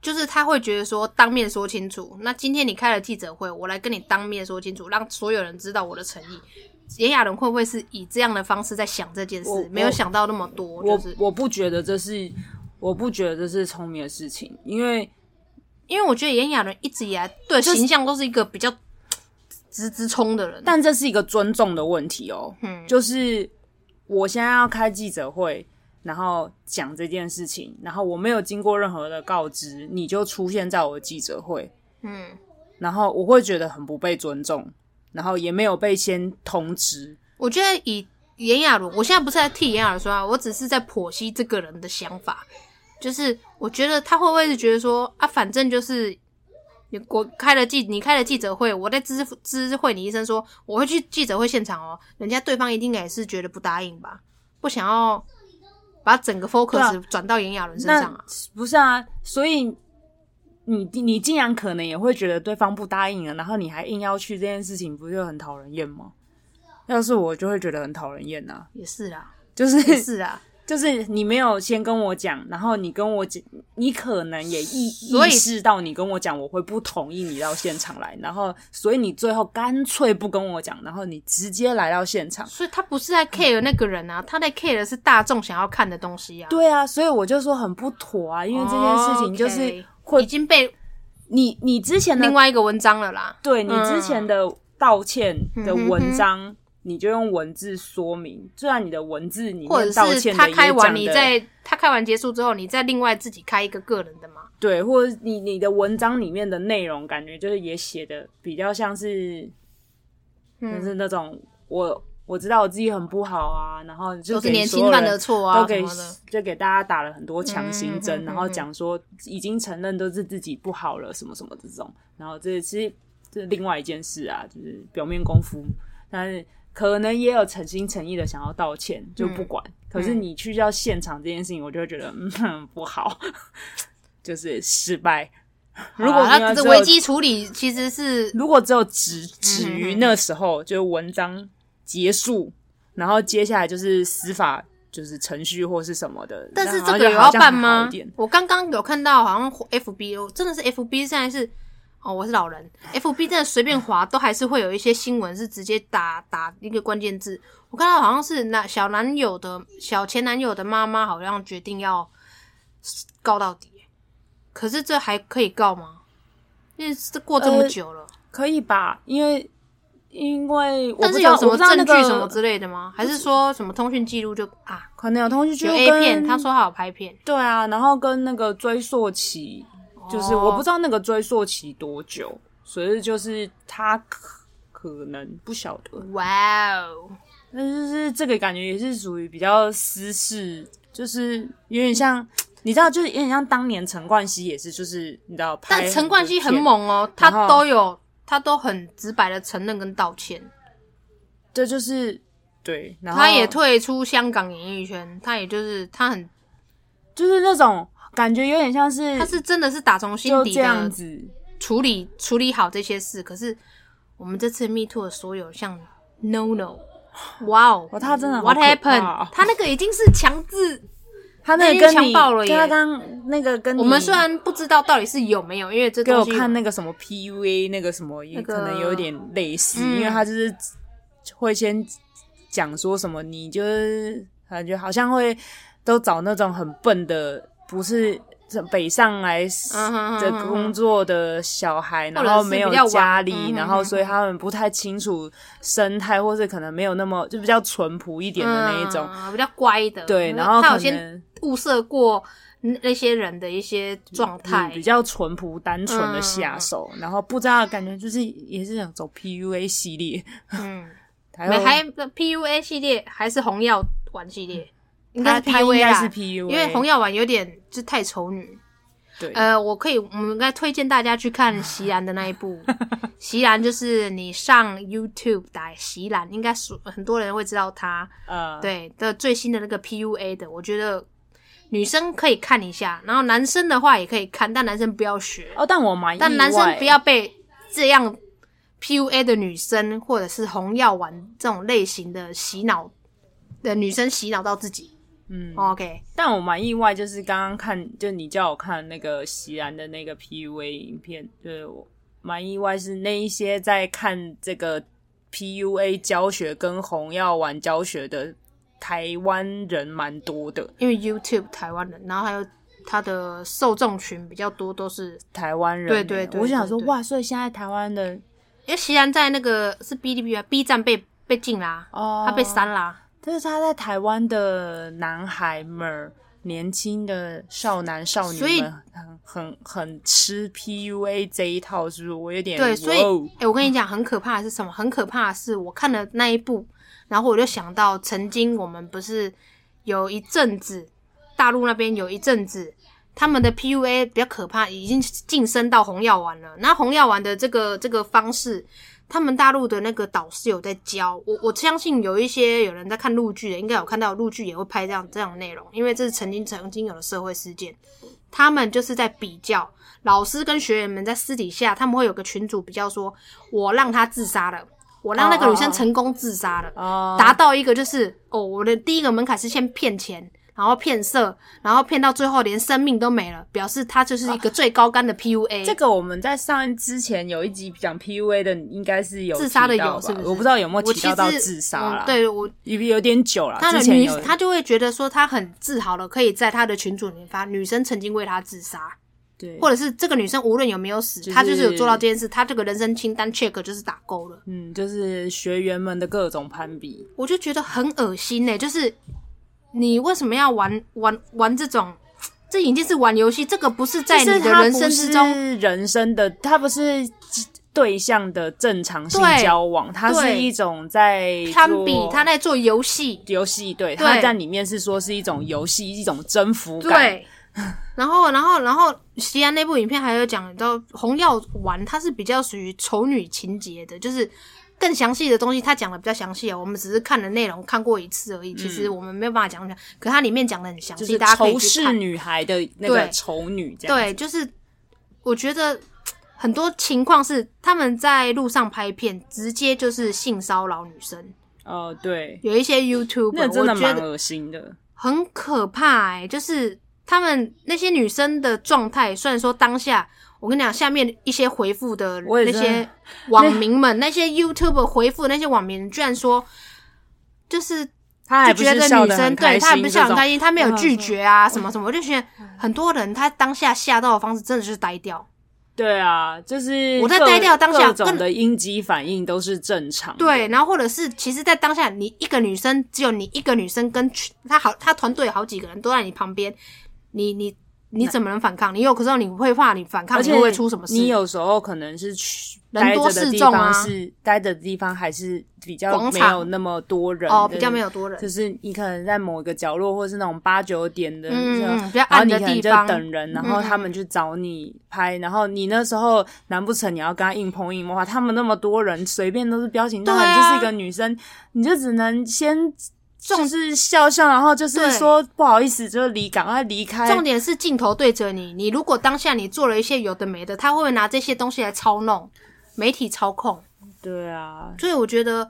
[SPEAKER 1] 就是他会觉得说当面说清楚。那今天你开了记者会，我来跟你当面说清楚，让所有人知道我的诚意。炎亚纶会不会是以这样的方式在想这件
[SPEAKER 2] 我
[SPEAKER 1] 事？没有
[SPEAKER 2] 我
[SPEAKER 1] 想到那么多，
[SPEAKER 2] 我
[SPEAKER 1] 就是
[SPEAKER 2] 我不觉得这是，我不觉得这是聪明的事情，因为
[SPEAKER 1] 因为我觉得炎亚纶一直以来对
[SPEAKER 2] 就是
[SPEAKER 1] 形象都是一个比较直直冲的人，
[SPEAKER 2] 但这是一个尊重的问题哦。
[SPEAKER 1] 嗯
[SPEAKER 2] 就是我现在要开记者会，然后讲这件事情，然后我没有经过任何的告知，你就出现在我的记者会，
[SPEAKER 1] 嗯，
[SPEAKER 2] 然后我会觉得很不被尊重，然后也没有被先通知。
[SPEAKER 1] 我觉得以炎亚纶，我现在不是在替炎亚纶说啊，我只是在剖析这个人的想法。就是我觉得他会不会是觉得说啊，反正就是你我开了记，你开了记者会，我在知知会你医生说我会去记者会现场哦，人家对方一定也是觉得不答应吧，不想要把整个 focus
[SPEAKER 2] 对
[SPEAKER 1] 转到炎亚纶身
[SPEAKER 2] 那
[SPEAKER 1] 上啊。
[SPEAKER 2] 不是啊，所以你你竟然可能也会觉得对方不答应了，然后你还硬要去这件事情，不就很讨人厌吗？要是我就会觉得很讨人厌呐、啊，
[SPEAKER 1] 也是啦，
[SPEAKER 2] 就是
[SPEAKER 1] 也是啦，
[SPEAKER 2] 就是你没有先跟我讲，然后你跟我讲，你可能也意
[SPEAKER 1] 所
[SPEAKER 2] 意
[SPEAKER 1] 以
[SPEAKER 2] 识到你跟我讲我会不同意你到现场来，然后所以你最后干脆不跟我讲，然后你直接来到现 场。
[SPEAKER 1] 所以他不是在 care 那个人啊，他在 care 的是大众想要看的东西啊。
[SPEAKER 2] 对啊，所以我就说很不妥啊，因为这件事情就是
[SPEAKER 1] 哦，OK
[SPEAKER 2] 会
[SPEAKER 1] 已经被
[SPEAKER 2] 你你之前的
[SPEAKER 1] 另外一个文章了啦。
[SPEAKER 2] 对你之
[SPEAKER 1] 嗯
[SPEAKER 2] 前的道歉的文章，你就用文字说明，虽然你的文字里
[SPEAKER 1] 或
[SPEAKER 2] 面道
[SPEAKER 1] 者是
[SPEAKER 2] 歉
[SPEAKER 1] 他
[SPEAKER 2] 的也
[SPEAKER 1] 开
[SPEAKER 2] 讲
[SPEAKER 1] 完，你
[SPEAKER 2] 的
[SPEAKER 1] 再他开完结束之后，你再另外自己开一个个人的嘛？
[SPEAKER 2] 对，或者你你的文章里面的内容，感觉就是也写的比较像是，就
[SPEAKER 1] 嗯，
[SPEAKER 2] 是那种我我知道我自己很不好啊，然后就
[SPEAKER 1] 都是
[SPEAKER 2] 给
[SPEAKER 1] 年
[SPEAKER 2] 所
[SPEAKER 1] 轻
[SPEAKER 2] 有
[SPEAKER 1] 犯
[SPEAKER 2] 人
[SPEAKER 1] 的错啊
[SPEAKER 2] 都
[SPEAKER 1] 什
[SPEAKER 2] 给
[SPEAKER 1] 么的。
[SPEAKER 2] 就给大家打了很多强心针，
[SPEAKER 1] 嗯嗯嗯
[SPEAKER 2] 然后讲说已经承认都是自己不好了，什么什么这种，然后这其实这是另外一件事啊，就是表面功夫，但是可能也有诚心诚意的想要道歉，就
[SPEAKER 1] 嗯
[SPEAKER 2] 不管。可是你去到现场这件事情，我就会觉得嗯 哼不好，就是失败。如果
[SPEAKER 1] 好啊
[SPEAKER 2] 没有
[SPEAKER 1] 那这
[SPEAKER 2] 只有
[SPEAKER 1] 危机处理其实是
[SPEAKER 2] 如果只有止
[SPEAKER 1] 嗯
[SPEAKER 2] 止于那时候，就是文章结束，然后接下来就是司法就是程序或是什么的。
[SPEAKER 1] 但是这
[SPEAKER 2] 那好像
[SPEAKER 1] 个有
[SPEAKER 2] 好
[SPEAKER 1] 要
[SPEAKER 2] 像
[SPEAKER 1] 办
[SPEAKER 2] 好
[SPEAKER 1] 吗
[SPEAKER 2] 一点？
[SPEAKER 1] 我刚刚有看到，好像 FB 哦，真的是 FB 现在是哦，我是老人，FB 真的随便滑都还是会有一些新闻是直接打打一个关键字。我看到好像是那小男友的小前男友的妈妈，好像决定要告到底，可是这还可以告吗？因为这过这么
[SPEAKER 2] 呃
[SPEAKER 1] 久了，
[SPEAKER 2] 可以吧？因为因为我
[SPEAKER 1] 但
[SPEAKER 2] 不
[SPEAKER 1] 是
[SPEAKER 2] 知道
[SPEAKER 1] 有什么
[SPEAKER 2] 我不知道那
[SPEAKER 1] 证据
[SPEAKER 2] 个
[SPEAKER 1] 什么之类的吗？还是说什么通讯记录就啊
[SPEAKER 2] 可能有通讯记
[SPEAKER 1] 有
[SPEAKER 2] 录
[SPEAKER 1] A
[SPEAKER 2] 跟
[SPEAKER 1] 片？他说他有拍片，
[SPEAKER 2] 对啊，然后跟那个追溯期，就是
[SPEAKER 1] 哦
[SPEAKER 2] 我不知道那个追溯期多久，所以就是他可可能不晓得。
[SPEAKER 1] 哇哦。
[SPEAKER 2] 但是就是这个感觉也是属于比较私事，就是有点像，你知道，就是有点像当年陈冠希也是，就是你知道，拍
[SPEAKER 1] 但陈冠希很
[SPEAKER 2] 多片，
[SPEAKER 1] 猛哦，他
[SPEAKER 2] 然后
[SPEAKER 1] 都有，他都很直白的承认跟道歉，
[SPEAKER 2] 这就是对，然后
[SPEAKER 1] 他也退出香港演艺圈，他也就是他很，
[SPEAKER 2] 就是那种感觉，有点像是
[SPEAKER 1] 他是真的是打从心
[SPEAKER 2] 就
[SPEAKER 1] 底
[SPEAKER 2] 这样
[SPEAKER 1] 的
[SPEAKER 2] 子，
[SPEAKER 1] 处理处理好这些事。可是我们这次 Me Too 的所有像 No No，哇哦，
[SPEAKER 2] 哇他真的好
[SPEAKER 1] What
[SPEAKER 2] 可怕
[SPEAKER 1] happened？
[SPEAKER 2] 哦
[SPEAKER 1] 他那个已经是强制。
[SPEAKER 2] 他那
[SPEAKER 1] 已
[SPEAKER 2] 个
[SPEAKER 1] 经
[SPEAKER 2] 跟
[SPEAKER 1] 强
[SPEAKER 2] 你
[SPEAKER 1] 暴了
[SPEAKER 2] 跟他
[SPEAKER 1] 耶
[SPEAKER 2] 刚那个跟
[SPEAKER 1] 我们
[SPEAKER 2] 你
[SPEAKER 1] 虽然不知道到底是有没有，因为这
[SPEAKER 2] 给
[SPEAKER 1] 东
[SPEAKER 2] 我
[SPEAKER 1] 西
[SPEAKER 2] 看那个什么 PUA 那个什么，也
[SPEAKER 1] 那个
[SPEAKER 2] 可能有点类似，
[SPEAKER 1] 嗯
[SPEAKER 2] 因为他就是会先讲说什么，你就是感觉好像会都找那种很笨的，不是北上来
[SPEAKER 1] 嗯哼
[SPEAKER 2] 的
[SPEAKER 1] 嗯哼
[SPEAKER 2] 工作的小孩，
[SPEAKER 1] 或者
[SPEAKER 2] 然
[SPEAKER 1] 是
[SPEAKER 2] 后没有
[SPEAKER 1] 比较晚
[SPEAKER 2] 家里，
[SPEAKER 1] 嗯哼
[SPEAKER 2] 然
[SPEAKER 1] 嗯
[SPEAKER 2] 后
[SPEAKER 1] 哼
[SPEAKER 2] 所以他们不太清楚生态，或是可能没有那么就比较淳朴一点的那一种。
[SPEAKER 1] 嗯比较乖的。
[SPEAKER 2] 对，
[SPEAKER 1] 嗯
[SPEAKER 2] 然后
[SPEAKER 1] 他有
[SPEAKER 2] 可
[SPEAKER 1] 先
[SPEAKER 2] 能
[SPEAKER 1] 物色过那那些人的一些状态
[SPEAKER 2] 嗯，比较淳朴单纯的
[SPEAKER 1] 嗯嗯
[SPEAKER 2] 下
[SPEAKER 1] 嗯
[SPEAKER 2] 手，然后不知道感觉就是也是想走 PUA 系列，
[SPEAKER 1] 嗯，
[SPEAKER 2] 还
[SPEAKER 1] 没
[SPEAKER 2] 有
[SPEAKER 1] 还 PUA 系列还是红药丸系列，应该
[SPEAKER 2] 他
[SPEAKER 1] 是
[SPEAKER 2] 他应
[SPEAKER 1] PUA
[SPEAKER 2] 该
[SPEAKER 1] 啦，
[SPEAKER 2] 是 PUA，
[SPEAKER 1] 因为红药丸有点就太丑女。
[SPEAKER 2] 对
[SPEAKER 1] 呃，我可以，我们应该推荐大家去看席兰的那一 部。席兰就是你上 YouTube 打席兰，应该是很多人会知道她。
[SPEAKER 2] 呃
[SPEAKER 1] 对的最新的那个 PUA 的，我觉得女生可以看一下，然后男生的话也可以看，但男生不要学。
[SPEAKER 2] 哦，但我蛮意
[SPEAKER 1] 但男
[SPEAKER 2] 外
[SPEAKER 1] 生不要被这样 PUA 的女生或者是红药丸这种类型的洗脑的女生洗脑到自己。哦
[SPEAKER 2] 嗯，
[SPEAKER 1] OK，
[SPEAKER 2] 但我蛮意外，就是刚刚看就你叫我看那个席然的那个 PUA 影片，就是我蛮意外是那一些在看这个 PUA 教学跟红药丸教学的台湾人蛮多的，
[SPEAKER 1] 因为 YouTube 台湾人，然后还有他的受众群比较多，都是
[SPEAKER 2] 台湾人
[SPEAKER 1] 对
[SPEAKER 2] 欸，
[SPEAKER 1] 对对
[SPEAKER 2] 我想说
[SPEAKER 1] 对对
[SPEAKER 2] 哇，所以现在台湾的
[SPEAKER 1] 因为席然在那个是哔哩哔哩啊 B 站被被禁啦、
[SPEAKER 2] 哦，
[SPEAKER 1] 他被删啦、
[SPEAKER 2] 但是他在台湾的男孩们儿，年轻的少男少女
[SPEAKER 1] 所以
[SPEAKER 2] 们很很很吃 PUA 这一套，是不是？我有点
[SPEAKER 1] 对，所以
[SPEAKER 2] 哇哦
[SPEAKER 1] 哎、我跟你讲，很可怕的是什么？很可怕的是，我看了那一部，然后我就想到，曾经我们不是有一阵子，大陆那边有一阵子，他们的 PUA 比较可怕，已经晋升到红药丸了。那红药丸的这个这个方式，他们大陆的那个导师有在教我，我相信有一些有人在看陆剧的，应该有看到陆剧也会拍这样这样的内容，因为这是曾经曾经有的社会事件。他们就是在比较老师跟学员们在私底下，他们会有个群组比较说，我让他自杀了，我让那个女
[SPEAKER 2] 哦
[SPEAKER 1] 生
[SPEAKER 2] 哦哦
[SPEAKER 1] 成功自杀了。
[SPEAKER 2] 哦，
[SPEAKER 1] 达到一个就是哦，我的第一个门槛是先骗钱，然后骗色，然后骗到最后连生命都没了，表示他就是一个最高干的 PUA。
[SPEAKER 2] 哦这个我们在上一之前有一集讲 PUA 的，应该是有
[SPEAKER 1] 自杀的
[SPEAKER 2] 提到
[SPEAKER 1] 有
[SPEAKER 2] 吧
[SPEAKER 1] 是不是？
[SPEAKER 2] 我不知道有没有
[SPEAKER 1] 我
[SPEAKER 2] 提
[SPEAKER 1] 其
[SPEAKER 2] 到
[SPEAKER 1] 实
[SPEAKER 2] 到自杀啦，
[SPEAKER 1] 嗯，对我
[SPEAKER 2] 有有点久了，
[SPEAKER 1] 他的
[SPEAKER 2] 之前
[SPEAKER 1] 女
[SPEAKER 2] 有
[SPEAKER 1] 他就会觉得说他很自豪了，可以在他的群组里面发女生曾经为他自杀，
[SPEAKER 2] 对
[SPEAKER 1] 或者是这个女生无论有没有死，
[SPEAKER 2] 就是
[SPEAKER 1] 她就是有做到这件事，她这个人生清单 check 就是打勾了。
[SPEAKER 2] 嗯，就是学员们的各种攀比，
[SPEAKER 1] 我就觉得很恶心呢、就是你为什么要玩玩玩这种？这已经是玩游戏，这个不是在你
[SPEAKER 2] 就是
[SPEAKER 1] 的
[SPEAKER 2] 他
[SPEAKER 1] 人生
[SPEAKER 2] 不
[SPEAKER 1] 之中
[SPEAKER 2] 是人生的他不是对象的正常性
[SPEAKER 1] 对
[SPEAKER 2] 交往，他是
[SPEAKER 1] 对
[SPEAKER 2] 一种在
[SPEAKER 1] 攀
[SPEAKER 2] 做
[SPEAKER 1] 比，他在做游戏，
[SPEAKER 2] 游戏，对，
[SPEAKER 1] 对
[SPEAKER 2] 他在里面是说是一种游戏，一种征服感，
[SPEAKER 1] 对。 然后，然后，然后，西安那部影片还有讲到红药丸，它是比较属于丑女情节的，就是更详细的东西，他讲的比较详细啊。我们只是看的内容看过一次而已，其实我们没有办法讲讲。可它里面讲的很详
[SPEAKER 2] 嗯就
[SPEAKER 1] 细，
[SPEAKER 2] 是
[SPEAKER 1] 大家可以
[SPEAKER 2] 仇
[SPEAKER 1] 去
[SPEAKER 2] 视
[SPEAKER 1] 看。
[SPEAKER 2] 女孩的那个
[SPEAKER 1] 对
[SPEAKER 2] 丑女这样，
[SPEAKER 1] 对，就是我觉得很多情况是他们在路上拍片，直接就是性骚扰女生。
[SPEAKER 2] 哦、对，
[SPEAKER 1] 有一些 YouTube，
[SPEAKER 2] 那真的
[SPEAKER 1] 我觉
[SPEAKER 2] 蛮
[SPEAKER 1] 得
[SPEAKER 2] 恶心的。
[SPEAKER 1] 很可怕哎、就是他们那些女生的状态，虽然说当下，我跟你讲，下面一些回复的
[SPEAKER 2] 我也
[SPEAKER 1] 那
[SPEAKER 2] 真
[SPEAKER 1] 些网民们， 那些 YouTube 回复的那些网民，居然说，就是
[SPEAKER 2] 他还
[SPEAKER 1] 就
[SPEAKER 2] 不
[SPEAKER 1] 觉
[SPEAKER 2] 是
[SPEAKER 1] 得
[SPEAKER 2] 笑
[SPEAKER 1] 女
[SPEAKER 2] 得
[SPEAKER 1] 生
[SPEAKER 2] 很
[SPEAKER 1] 对
[SPEAKER 2] 开
[SPEAKER 1] 他还
[SPEAKER 2] 心，
[SPEAKER 1] 不是笑得很开
[SPEAKER 2] 心。
[SPEAKER 1] 心，他没有
[SPEAKER 2] 嗯
[SPEAKER 1] 拒绝啊，什么什么，我就觉得很多人他当下吓到的方式真的就是呆掉。
[SPEAKER 2] 对啊，就是
[SPEAKER 1] 我在
[SPEAKER 2] 各
[SPEAKER 1] 呆掉当下
[SPEAKER 2] 各种
[SPEAKER 1] 更
[SPEAKER 2] 的应激反应都是正常。，
[SPEAKER 1] 对，然后或者是，其实，在当下，你一个女生，只有你一个女生跟群她好，她团队好几个人都在你旁边，你你你怎么能反抗？你有可是你会怕你反抗，
[SPEAKER 2] 而
[SPEAKER 1] 你
[SPEAKER 2] 且
[SPEAKER 1] 会不会出什么事？
[SPEAKER 2] 你有时候可能是去
[SPEAKER 1] 人
[SPEAKER 2] 待
[SPEAKER 1] 多
[SPEAKER 2] 着的
[SPEAKER 1] 势
[SPEAKER 2] 地
[SPEAKER 1] 众
[SPEAKER 2] 方
[SPEAKER 1] 啊
[SPEAKER 2] 是待着的地方还是比较
[SPEAKER 1] 广
[SPEAKER 2] 没
[SPEAKER 1] 场
[SPEAKER 2] 有那么多人
[SPEAKER 1] 哦，
[SPEAKER 2] 的
[SPEAKER 1] 比较没有多人，
[SPEAKER 2] 就是你可能在某一个角落，或是那种八九点的，
[SPEAKER 1] 嗯
[SPEAKER 2] 然后
[SPEAKER 1] 比较暗的
[SPEAKER 2] 然后你可能
[SPEAKER 1] 地方嗯
[SPEAKER 2] 就等人，然后他们就找你拍，然后你那时候难不成你要跟他硬碰硬吗？哇他们那么多人，随便都是彪形大
[SPEAKER 1] 对
[SPEAKER 2] 汉，
[SPEAKER 1] 啊
[SPEAKER 2] 你就是一个女生，你就只能先就是笑笑，然后就是
[SPEAKER 1] 对
[SPEAKER 2] 说不好意思，就离赶快离开。
[SPEAKER 1] 重点是镜头对着你，你如果当下你做了一些有的没的，他会不会拿这些东西来操弄媒体操控？
[SPEAKER 2] 对啊，
[SPEAKER 1] 所以我觉得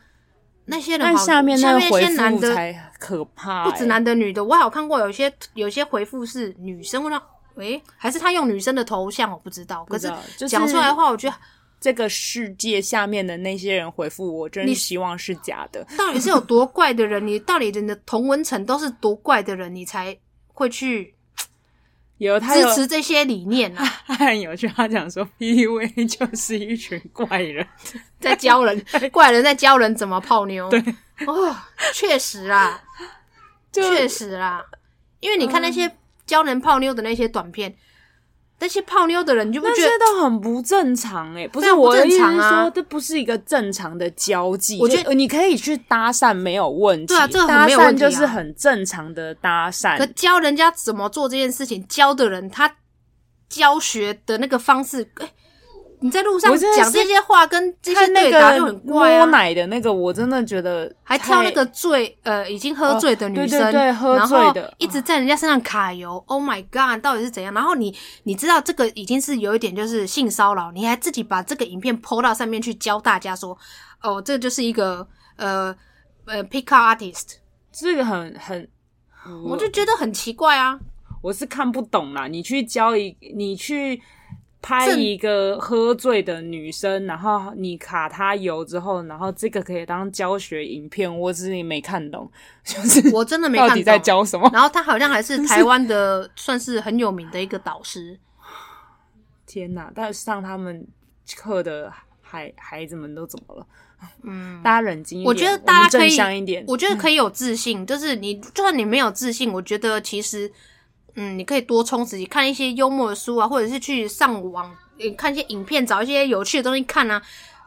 [SPEAKER 1] 那些人
[SPEAKER 2] 但
[SPEAKER 1] 好，
[SPEAKER 2] 下面
[SPEAKER 1] 下
[SPEAKER 2] 那
[SPEAKER 1] 面
[SPEAKER 2] 个
[SPEAKER 1] 一
[SPEAKER 2] 回
[SPEAKER 1] 些男
[SPEAKER 2] 复
[SPEAKER 1] 的
[SPEAKER 2] 才可怕、欸，
[SPEAKER 1] 不止男的女的，我还有看过有些有些回复是女生，我想，诶、还是他用女生的头像，我不知道。可
[SPEAKER 2] 知
[SPEAKER 1] 是
[SPEAKER 2] 道就是
[SPEAKER 1] 讲出来的话，我觉得
[SPEAKER 2] 这个世界下面的那些人回复我，真
[SPEAKER 1] 你
[SPEAKER 2] 希望是假的。
[SPEAKER 1] 到底是有多怪的人，你到底人的同文层都是多怪的人，你才会去
[SPEAKER 2] 有他
[SPEAKER 1] 支
[SPEAKER 2] 有
[SPEAKER 1] 持这些理念 啊，
[SPEAKER 2] 他很有趣，他讲说 PUA 就是一群怪人，
[SPEAKER 1] 在教人怪人，在教人怎么泡妞。对，哦，确实啊，
[SPEAKER 2] 就嗯
[SPEAKER 1] 确实啦，因为你看那些教人泡妞的那些短片，那些泡妞的人，你就不
[SPEAKER 2] 那
[SPEAKER 1] 觉得
[SPEAKER 2] 些都很不正常哎、不
[SPEAKER 1] 非
[SPEAKER 2] 是
[SPEAKER 1] 常不
[SPEAKER 2] 我的意思
[SPEAKER 1] 正
[SPEAKER 2] 是
[SPEAKER 1] 常啊
[SPEAKER 2] 说，这不是一个正常的交际。
[SPEAKER 1] 我觉得
[SPEAKER 2] 就呃你可以去搭讪没有问题，
[SPEAKER 1] 对啊这个
[SPEAKER 2] 搭
[SPEAKER 1] 很没有问
[SPEAKER 2] 讪
[SPEAKER 1] 题啊
[SPEAKER 2] 就是很正常的搭
[SPEAKER 1] 可
[SPEAKER 2] 讪。
[SPEAKER 1] 教人家怎么做这件事情，教的人他教学的那个方式，哎、你在路上
[SPEAKER 2] 我真的
[SPEAKER 1] 讲
[SPEAKER 2] 是
[SPEAKER 1] 这些话跟这些
[SPEAKER 2] 看那
[SPEAKER 1] 对答就
[SPEAKER 2] 个
[SPEAKER 1] 很怪
[SPEAKER 2] 摸
[SPEAKER 1] 啊，
[SPEAKER 2] 奶的那个，我真的觉得
[SPEAKER 1] 还
[SPEAKER 2] 太
[SPEAKER 1] 挑那个醉呃已经喝醉的女生，
[SPEAKER 2] 哦对对对喝醉的嗯
[SPEAKER 1] 然后一直在人家身上卡油、o h my god，到底是怎样？然后你你知道这个已经是有一点就是性骚扰，你还自己把这个影片 PO 到上面去教大家说，哦，这就是一个呃呃 pickup artist，
[SPEAKER 2] 这个很很，
[SPEAKER 1] 我就觉得很奇怪啊。
[SPEAKER 2] 我是看不懂啦。你去教一，你去拍
[SPEAKER 1] 正
[SPEAKER 2] 一个喝醉的女生，然后你卡她油之后，然后这个可以当教学影片，我只是没看懂， 就是
[SPEAKER 1] 我真的没看
[SPEAKER 2] 到
[SPEAKER 1] 懂
[SPEAKER 2] 底在教什么？
[SPEAKER 1] 然后他好像还是台湾的，算是很有名的一个导师。
[SPEAKER 2] 天哪！但是上他们课的孩孩子们都怎么了？
[SPEAKER 1] 嗯，
[SPEAKER 2] 大家冷静一点，
[SPEAKER 1] 我觉得大
[SPEAKER 2] 们
[SPEAKER 1] 家可
[SPEAKER 2] 正
[SPEAKER 1] 以
[SPEAKER 2] 向一点。
[SPEAKER 1] 我觉得可以有自信，就是你就算你没有自信，我觉得其实，嗯，你可以多充实，看一些幽默的书啊，或者是去上网呃看一些影片，找一些有趣的东西看啊，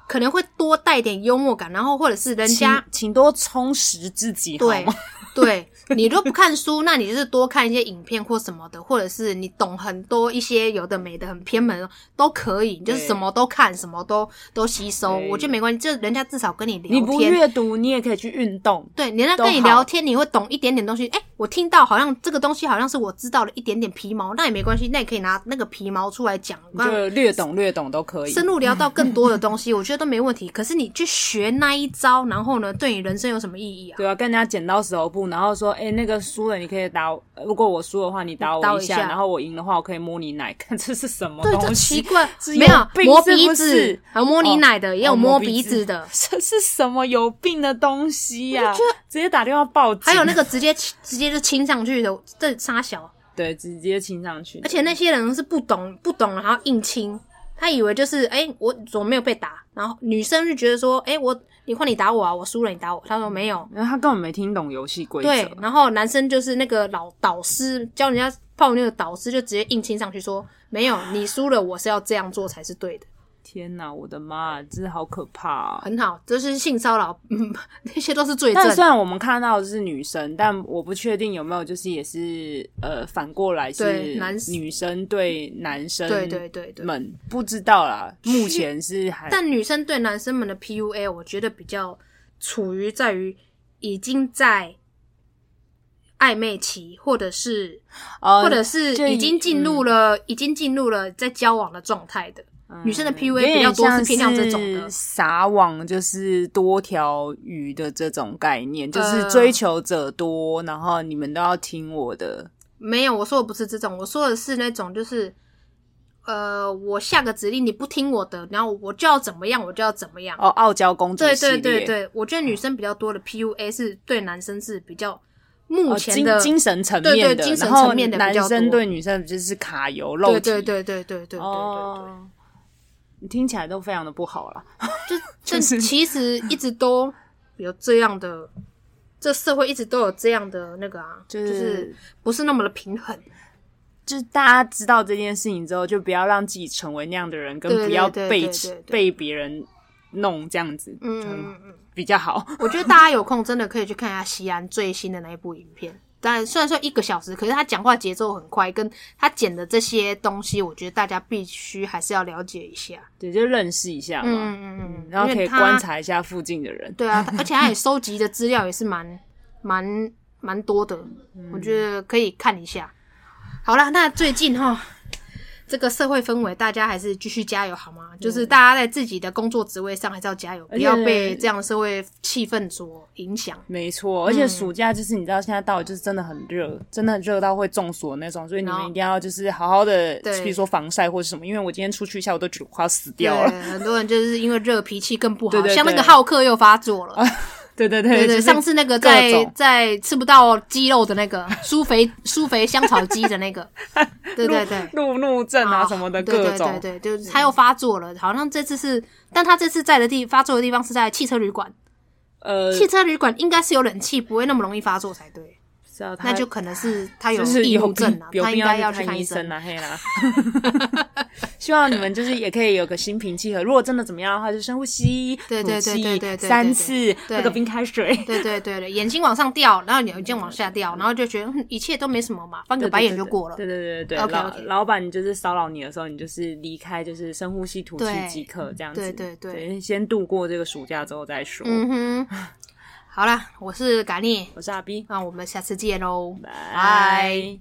[SPEAKER 1] 可能会多带点幽默感，然后或者是人
[SPEAKER 2] 请
[SPEAKER 1] 家
[SPEAKER 2] 请多充实自己，好
[SPEAKER 1] 对
[SPEAKER 2] 吗？
[SPEAKER 1] 对你如果不看书，那你就是多看一些影片或什么的，或者是你懂很多一些有的没的很偏门都可以，你就是
[SPEAKER 2] 对
[SPEAKER 1] 什么都看，什么都都吸收，
[SPEAKER 2] 对
[SPEAKER 1] 我觉得没关系，就是人家至少跟你聊天，
[SPEAKER 2] 你不阅读，你也可以去运动。
[SPEAKER 1] 对，人家
[SPEAKER 2] 都
[SPEAKER 1] 跟你
[SPEAKER 2] 好
[SPEAKER 1] 聊天，你会懂一点点东西。哎、我听到好像这个东西好像是我知道了一点点皮毛，那也没关系，那也可以拿那个皮毛出来讲，
[SPEAKER 2] 你就略懂略懂都可以。
[SPEAKER 1] 深入聊到更多的东西，我觉得都没问题。可是你去学那一招，然后呢，对你人生有什么意义啊？
[SPEAKER 2] 对啊，跟人家剪刀石头布，然后说，哎、那个输了你可以打我，呃如果我输的话你打
[SPEAKER 1] 嗯打
[SPEAKER 2] 我
[SPEAKER 1] 我
[SPEAKER 2] 一
[SPEAKER 1] 一
[SPEAKER 2] 下，
[SPEAKER 1] 下
[SPEAKER 2] 然后我赢的话我可以摸你奶， 看这是什么
[SPEAKER 1] 对，这
[SPEAKER 2] 哦东
[SPEAKER 1] 奇
[SPEAKER 2] 西？
[SPEAKER 1] 怪
[SPEAKER 2] 是，
[SPEAKER 1] 没
[SPEAKER 2] 有
[SPEAKER 1] 有
[SPEAKER 2] 病
[SPEAKER 1] 磨
[SPEAKER 2] 是
[SPEAKER 1] 鼻
[SPEAKER 2] 不
[SPEAKER 1] 子
[SPEAKER 2] 是，
[SPEAKER 1] 还有摸你
[SPEAKER 2] 哦
[SPEAKER 1] 奶的，也有
[SPEAKER 2] 哦
[SPEAKER 1] 摸
[SPEAKER 2] 摸
[SPEAKER 1] 鼻
[SPEAKER 2] 鼻
[SPEAKER 1] 子
[SPEAKER 2] 子
[SPEAKER 1] 的，
[SPEAKER 2] 这是什么有病的东西呀、直接打电话报警，
[SPEAKER 1] 还有那个直接直接就亲上去的，这傻小。
[SPEAKER 2] 对，直接亲上去，
[SPEAKER 1] 而且那些人是不懂不懂，然后硬亲，他以为就是哎、诶我怎么没有被打？然后女生就觉得说，哎、我你换你打我啊，我输了你打我。他说没有，
[SPEAKER 2] 然后他根本没听懂游戏规
[SPEAKER 1] 对
[SPEAKER 2] 则。。
[SPEAKER 1] 然后男生就是那个老导师教人家泡妞的导师，就直接硬亲上去说，没有，你输了，我是要这样做才是对的。
[SPEAKER 2] 天哪，我的妈，这好可怕、啊！
[SPEAKER 1] 很好，这是性骚扰，嗯， 那些都是罪证
[SPEAKER 2] 但。虽然我们看到的是女生，但我不确定有没有就是也是呃反过来
[SPEAKER 1] 对
[SPEAKER 2] 是
[SPEAKER 1] 男
[SPEAKER 2] 女生对男生
[SPEAKER 1] 对对对对。
[SPEAKER 2] 们不知道啦，目前是还
[SPEAKER 1] 但女生对男生们的 PUA，我觉得比较处于在于已经在暧昧期，或者是、
[SPEAKER 2] 呃
[SPEAKER 1] 或者是
[SPEAKER 2] 就嗯
[SPEAKER 1] 已经进入了、已经进入了在交往的状态的。女生的 PUA 比较多是偏向这种的
[SPEAKER 2] 撒网，就是多条鱼的这种概念，就是
[SPEAKER 1] 呃
[SPEAKER 2] 追求者多，然后你们都要听我的。
[SPEAKER 1] 没有，我说的不是这种，我说的是那种就是。呃，我下个指令你不听我的，然后我就要怎么样，我就要怎么样。
[SPEAKER 2] 哦，傲娇公主
[SPEAKER 1] 对
[SPEAKER 2] 系
[SPEAKER 1] 对
[SPEAKER 2] 列，哦
[SPEAKER 1] 对对，我觉得女生比较多的 PUA 是对男生是比较目
[SPEAKER 2] 哦，
[SPEAKER 1] 前
[SPEAKER 2] 精
[SPEAKER 1] 的、
[SPEAKER 2] 精神层
[SPEAKER 1] 对
[SPEAKER 2] 面
[SPEAKER 1] 对
[SPEAKER 2] 的，
[SPEAKER 1] 精神
[SPEAKER 2] 然后
[SPEAKER 1] 层面的比
[SPEAKER 2] 男
[SPEAKER 1] 较
[SPEAKER 2] 生
[SPEAKER 1] 多
[SPEAKER 2] 对女生就是卡油肉
[SPEAKER 1] 对
[SPEAKER 2] 体，
[SPEAKER 1] 对对对对对对对对，
[SPEAKER 2] 哦，你听起来都非常的不好啦。
[SPEAKER 1] 就这其实一直都有这样的，这社会一直都有这样的那个啊，就
[SPEAKER 2] 就是
[SPEAKER 1] 是不是那么的平衡，
[SPEAKER 2] 就是大家知道这件事情之后，就不要让自己成为那样的人，跟
[SPEAKER 1] 对
[SPEAKER 2] 不要
[SPEAKER 1] 对对
[SPEAKER 2] 被
[SPEAKER 1] 对对对
[SPEAKER 2] 被别人弄这样子，
[SPEAKER 1] 嗯
[SPEAKER 2] 嗯，
[SPEAKER 1] 嗯嗯，
[SPEAKER 2] 比较好。
[SPEAKER 1] 我觉得大家有空真的可以去看一下西安最新的那一部影片。当然，虽然说一个小时，可是他讲话节奏很快，跟他剪的这些东西，我觉得大家必须还是要了解一下。
[SPEAKER 2] 对，就认识一下嘛，
[SPEAKER 1] 嗯嗯嗯，
[SPEAKER 2] 然后
[SPEAKER 1] 因
[SPEAKER 2] 可
[SPEAKER 1] 为
[SPEAKER 2] 以
[SPEAKER 1] 他
[SPEAKER 2] 观察一下附近的人。
[SPEAKER 1] 对啊，他而且他也收集的资料也是蛮蛮蛮多的，我觉得可以看一下。好啦，那最近哈，这个社会氛围，大家还是继续加油好吗？就是大家在自己的工作职位上还是要加油，不
[SPEAKER 2] 而且
[SPEAKER 1] 要被这样的社会气氛所影响。
[SPEAKER 2] 没
[SPEAKER 1] 嗯
[SPEAKER 2] 错，而且暑假就是你知道现在到了就是真的很热，真的热到会中暑的那种，所以你
[SPEAKER 1] 然
[SPEAKER 2] 们
[SPEAKER 1] 后
[SPEAKER 2] 一定要就是好好的，
[SPEAKER 1] 对
[SPEAKER 2] 比如说防晒或者什么，因为我今天出去一下我都觉得我快要死
[SPEAKER 1] 对
[SPEAKER 2] 掉了。，
[SPEAKER 1] 很多人就是因为热脾气更不好，
[SPEAKER 2] 哎对对对
[SPEAKER 1] 像那个浩克又发作了。
[SPEAKER 2] 对对
[SPEAKER 1] 对
[SPEAKER 2] 对
[SPEAKER 1] 对，
[SPEAKER 2] 就是
[SPEAKER 1] 上次那个
[SPEAKER 2] 各
[SPEAKER 1] 在
[SPEAKER 2] 种
[SPEAKER 1] 在吃不到鸡肉的那个苏肥苏肥香草鸡的那个，对对对，
[SPEAKER 2] 路怒症啊
[SPEAKER 1] 哦
[SPEAKER 2] 什么的
[SPEAKER 1] 对对
[SPEAKER 2] 各种，
[SPEAKER 1] 对对就是他又发作了，好像这次是，但他这次在的地发作的地方是在汽车旅馆，
[SPEAKER 2] 呃，
[SPEAKER 1] 汽车旅馆应该是有冷气，不会那么容易发作才对，
[SPEAKER 2] 知道他
[SPEAKER 1] 那就可能是他有
[SPEAKER 2] 呃就是
[SPEAKER 1] 易
[SPEAKER 2] 有
[SPEAKER 1] 怒症
[SPEAKER 2] 病
[SPEAKER 1] 啊，，
[SPEAKER 2] 有
[SPEAKER 1] 他
[SPEAKER 2] 病
[SPEAKER 1] 应该
[SPEAKER 2] 要
[SPEAKER 1] 去
[SPEAKER 2] 看
[SPEAKER 1] 看
[SPEAKER 2] 医啊
[SPEAKER 1] 生。
[SPEAKER 2] 啦，嘿啦。希望你们就是也可以有个心平气和。如果真的怎么样的话，就深呼吸，
[SPEAKER 1] 对对
[SPEAKER 2] 吐
[SPEAKER 1] 对
[SPEAKER 2] 气
[SPEAKER 1] 对对对
[SPEAKER 2] 三
[SPEAKER 1] 对
[SPEAKER 2] 次，
[SPEAKER 1] 对
[SPEAKER 2] 喝个冰开水。
[SPEAKER 1] 对对对对，眼睛往上掉，然后眼睛往下掉，然后就觉得嗯一切都没什么嘛，翻个白眼就过了。
[SPEAKER 2] 对对对对对，
[SPEAKER 1] OK，
[SPEAKER 2] 老
[SPEAKER 1] OK
[SPEAKER 2] 老板就是骚扰你的时候，你就是离开，就是深呼吸吐气
[SPEAKER 1] 对
[SPEAKER 2] 即可，这样子。
[SPEAKER 1] 对对对
[SPEAKER 2] 先度过这个暑假之后再说。
[SPEAKER 1] 嗯哼，好啦，我是嘎尼，
[SPEAKER 2] 我是阿 B，
[SPEAKER 1] 那我们下次见喽，
[SPEAKER 2] 拜。
[SPEAKER 1] 拜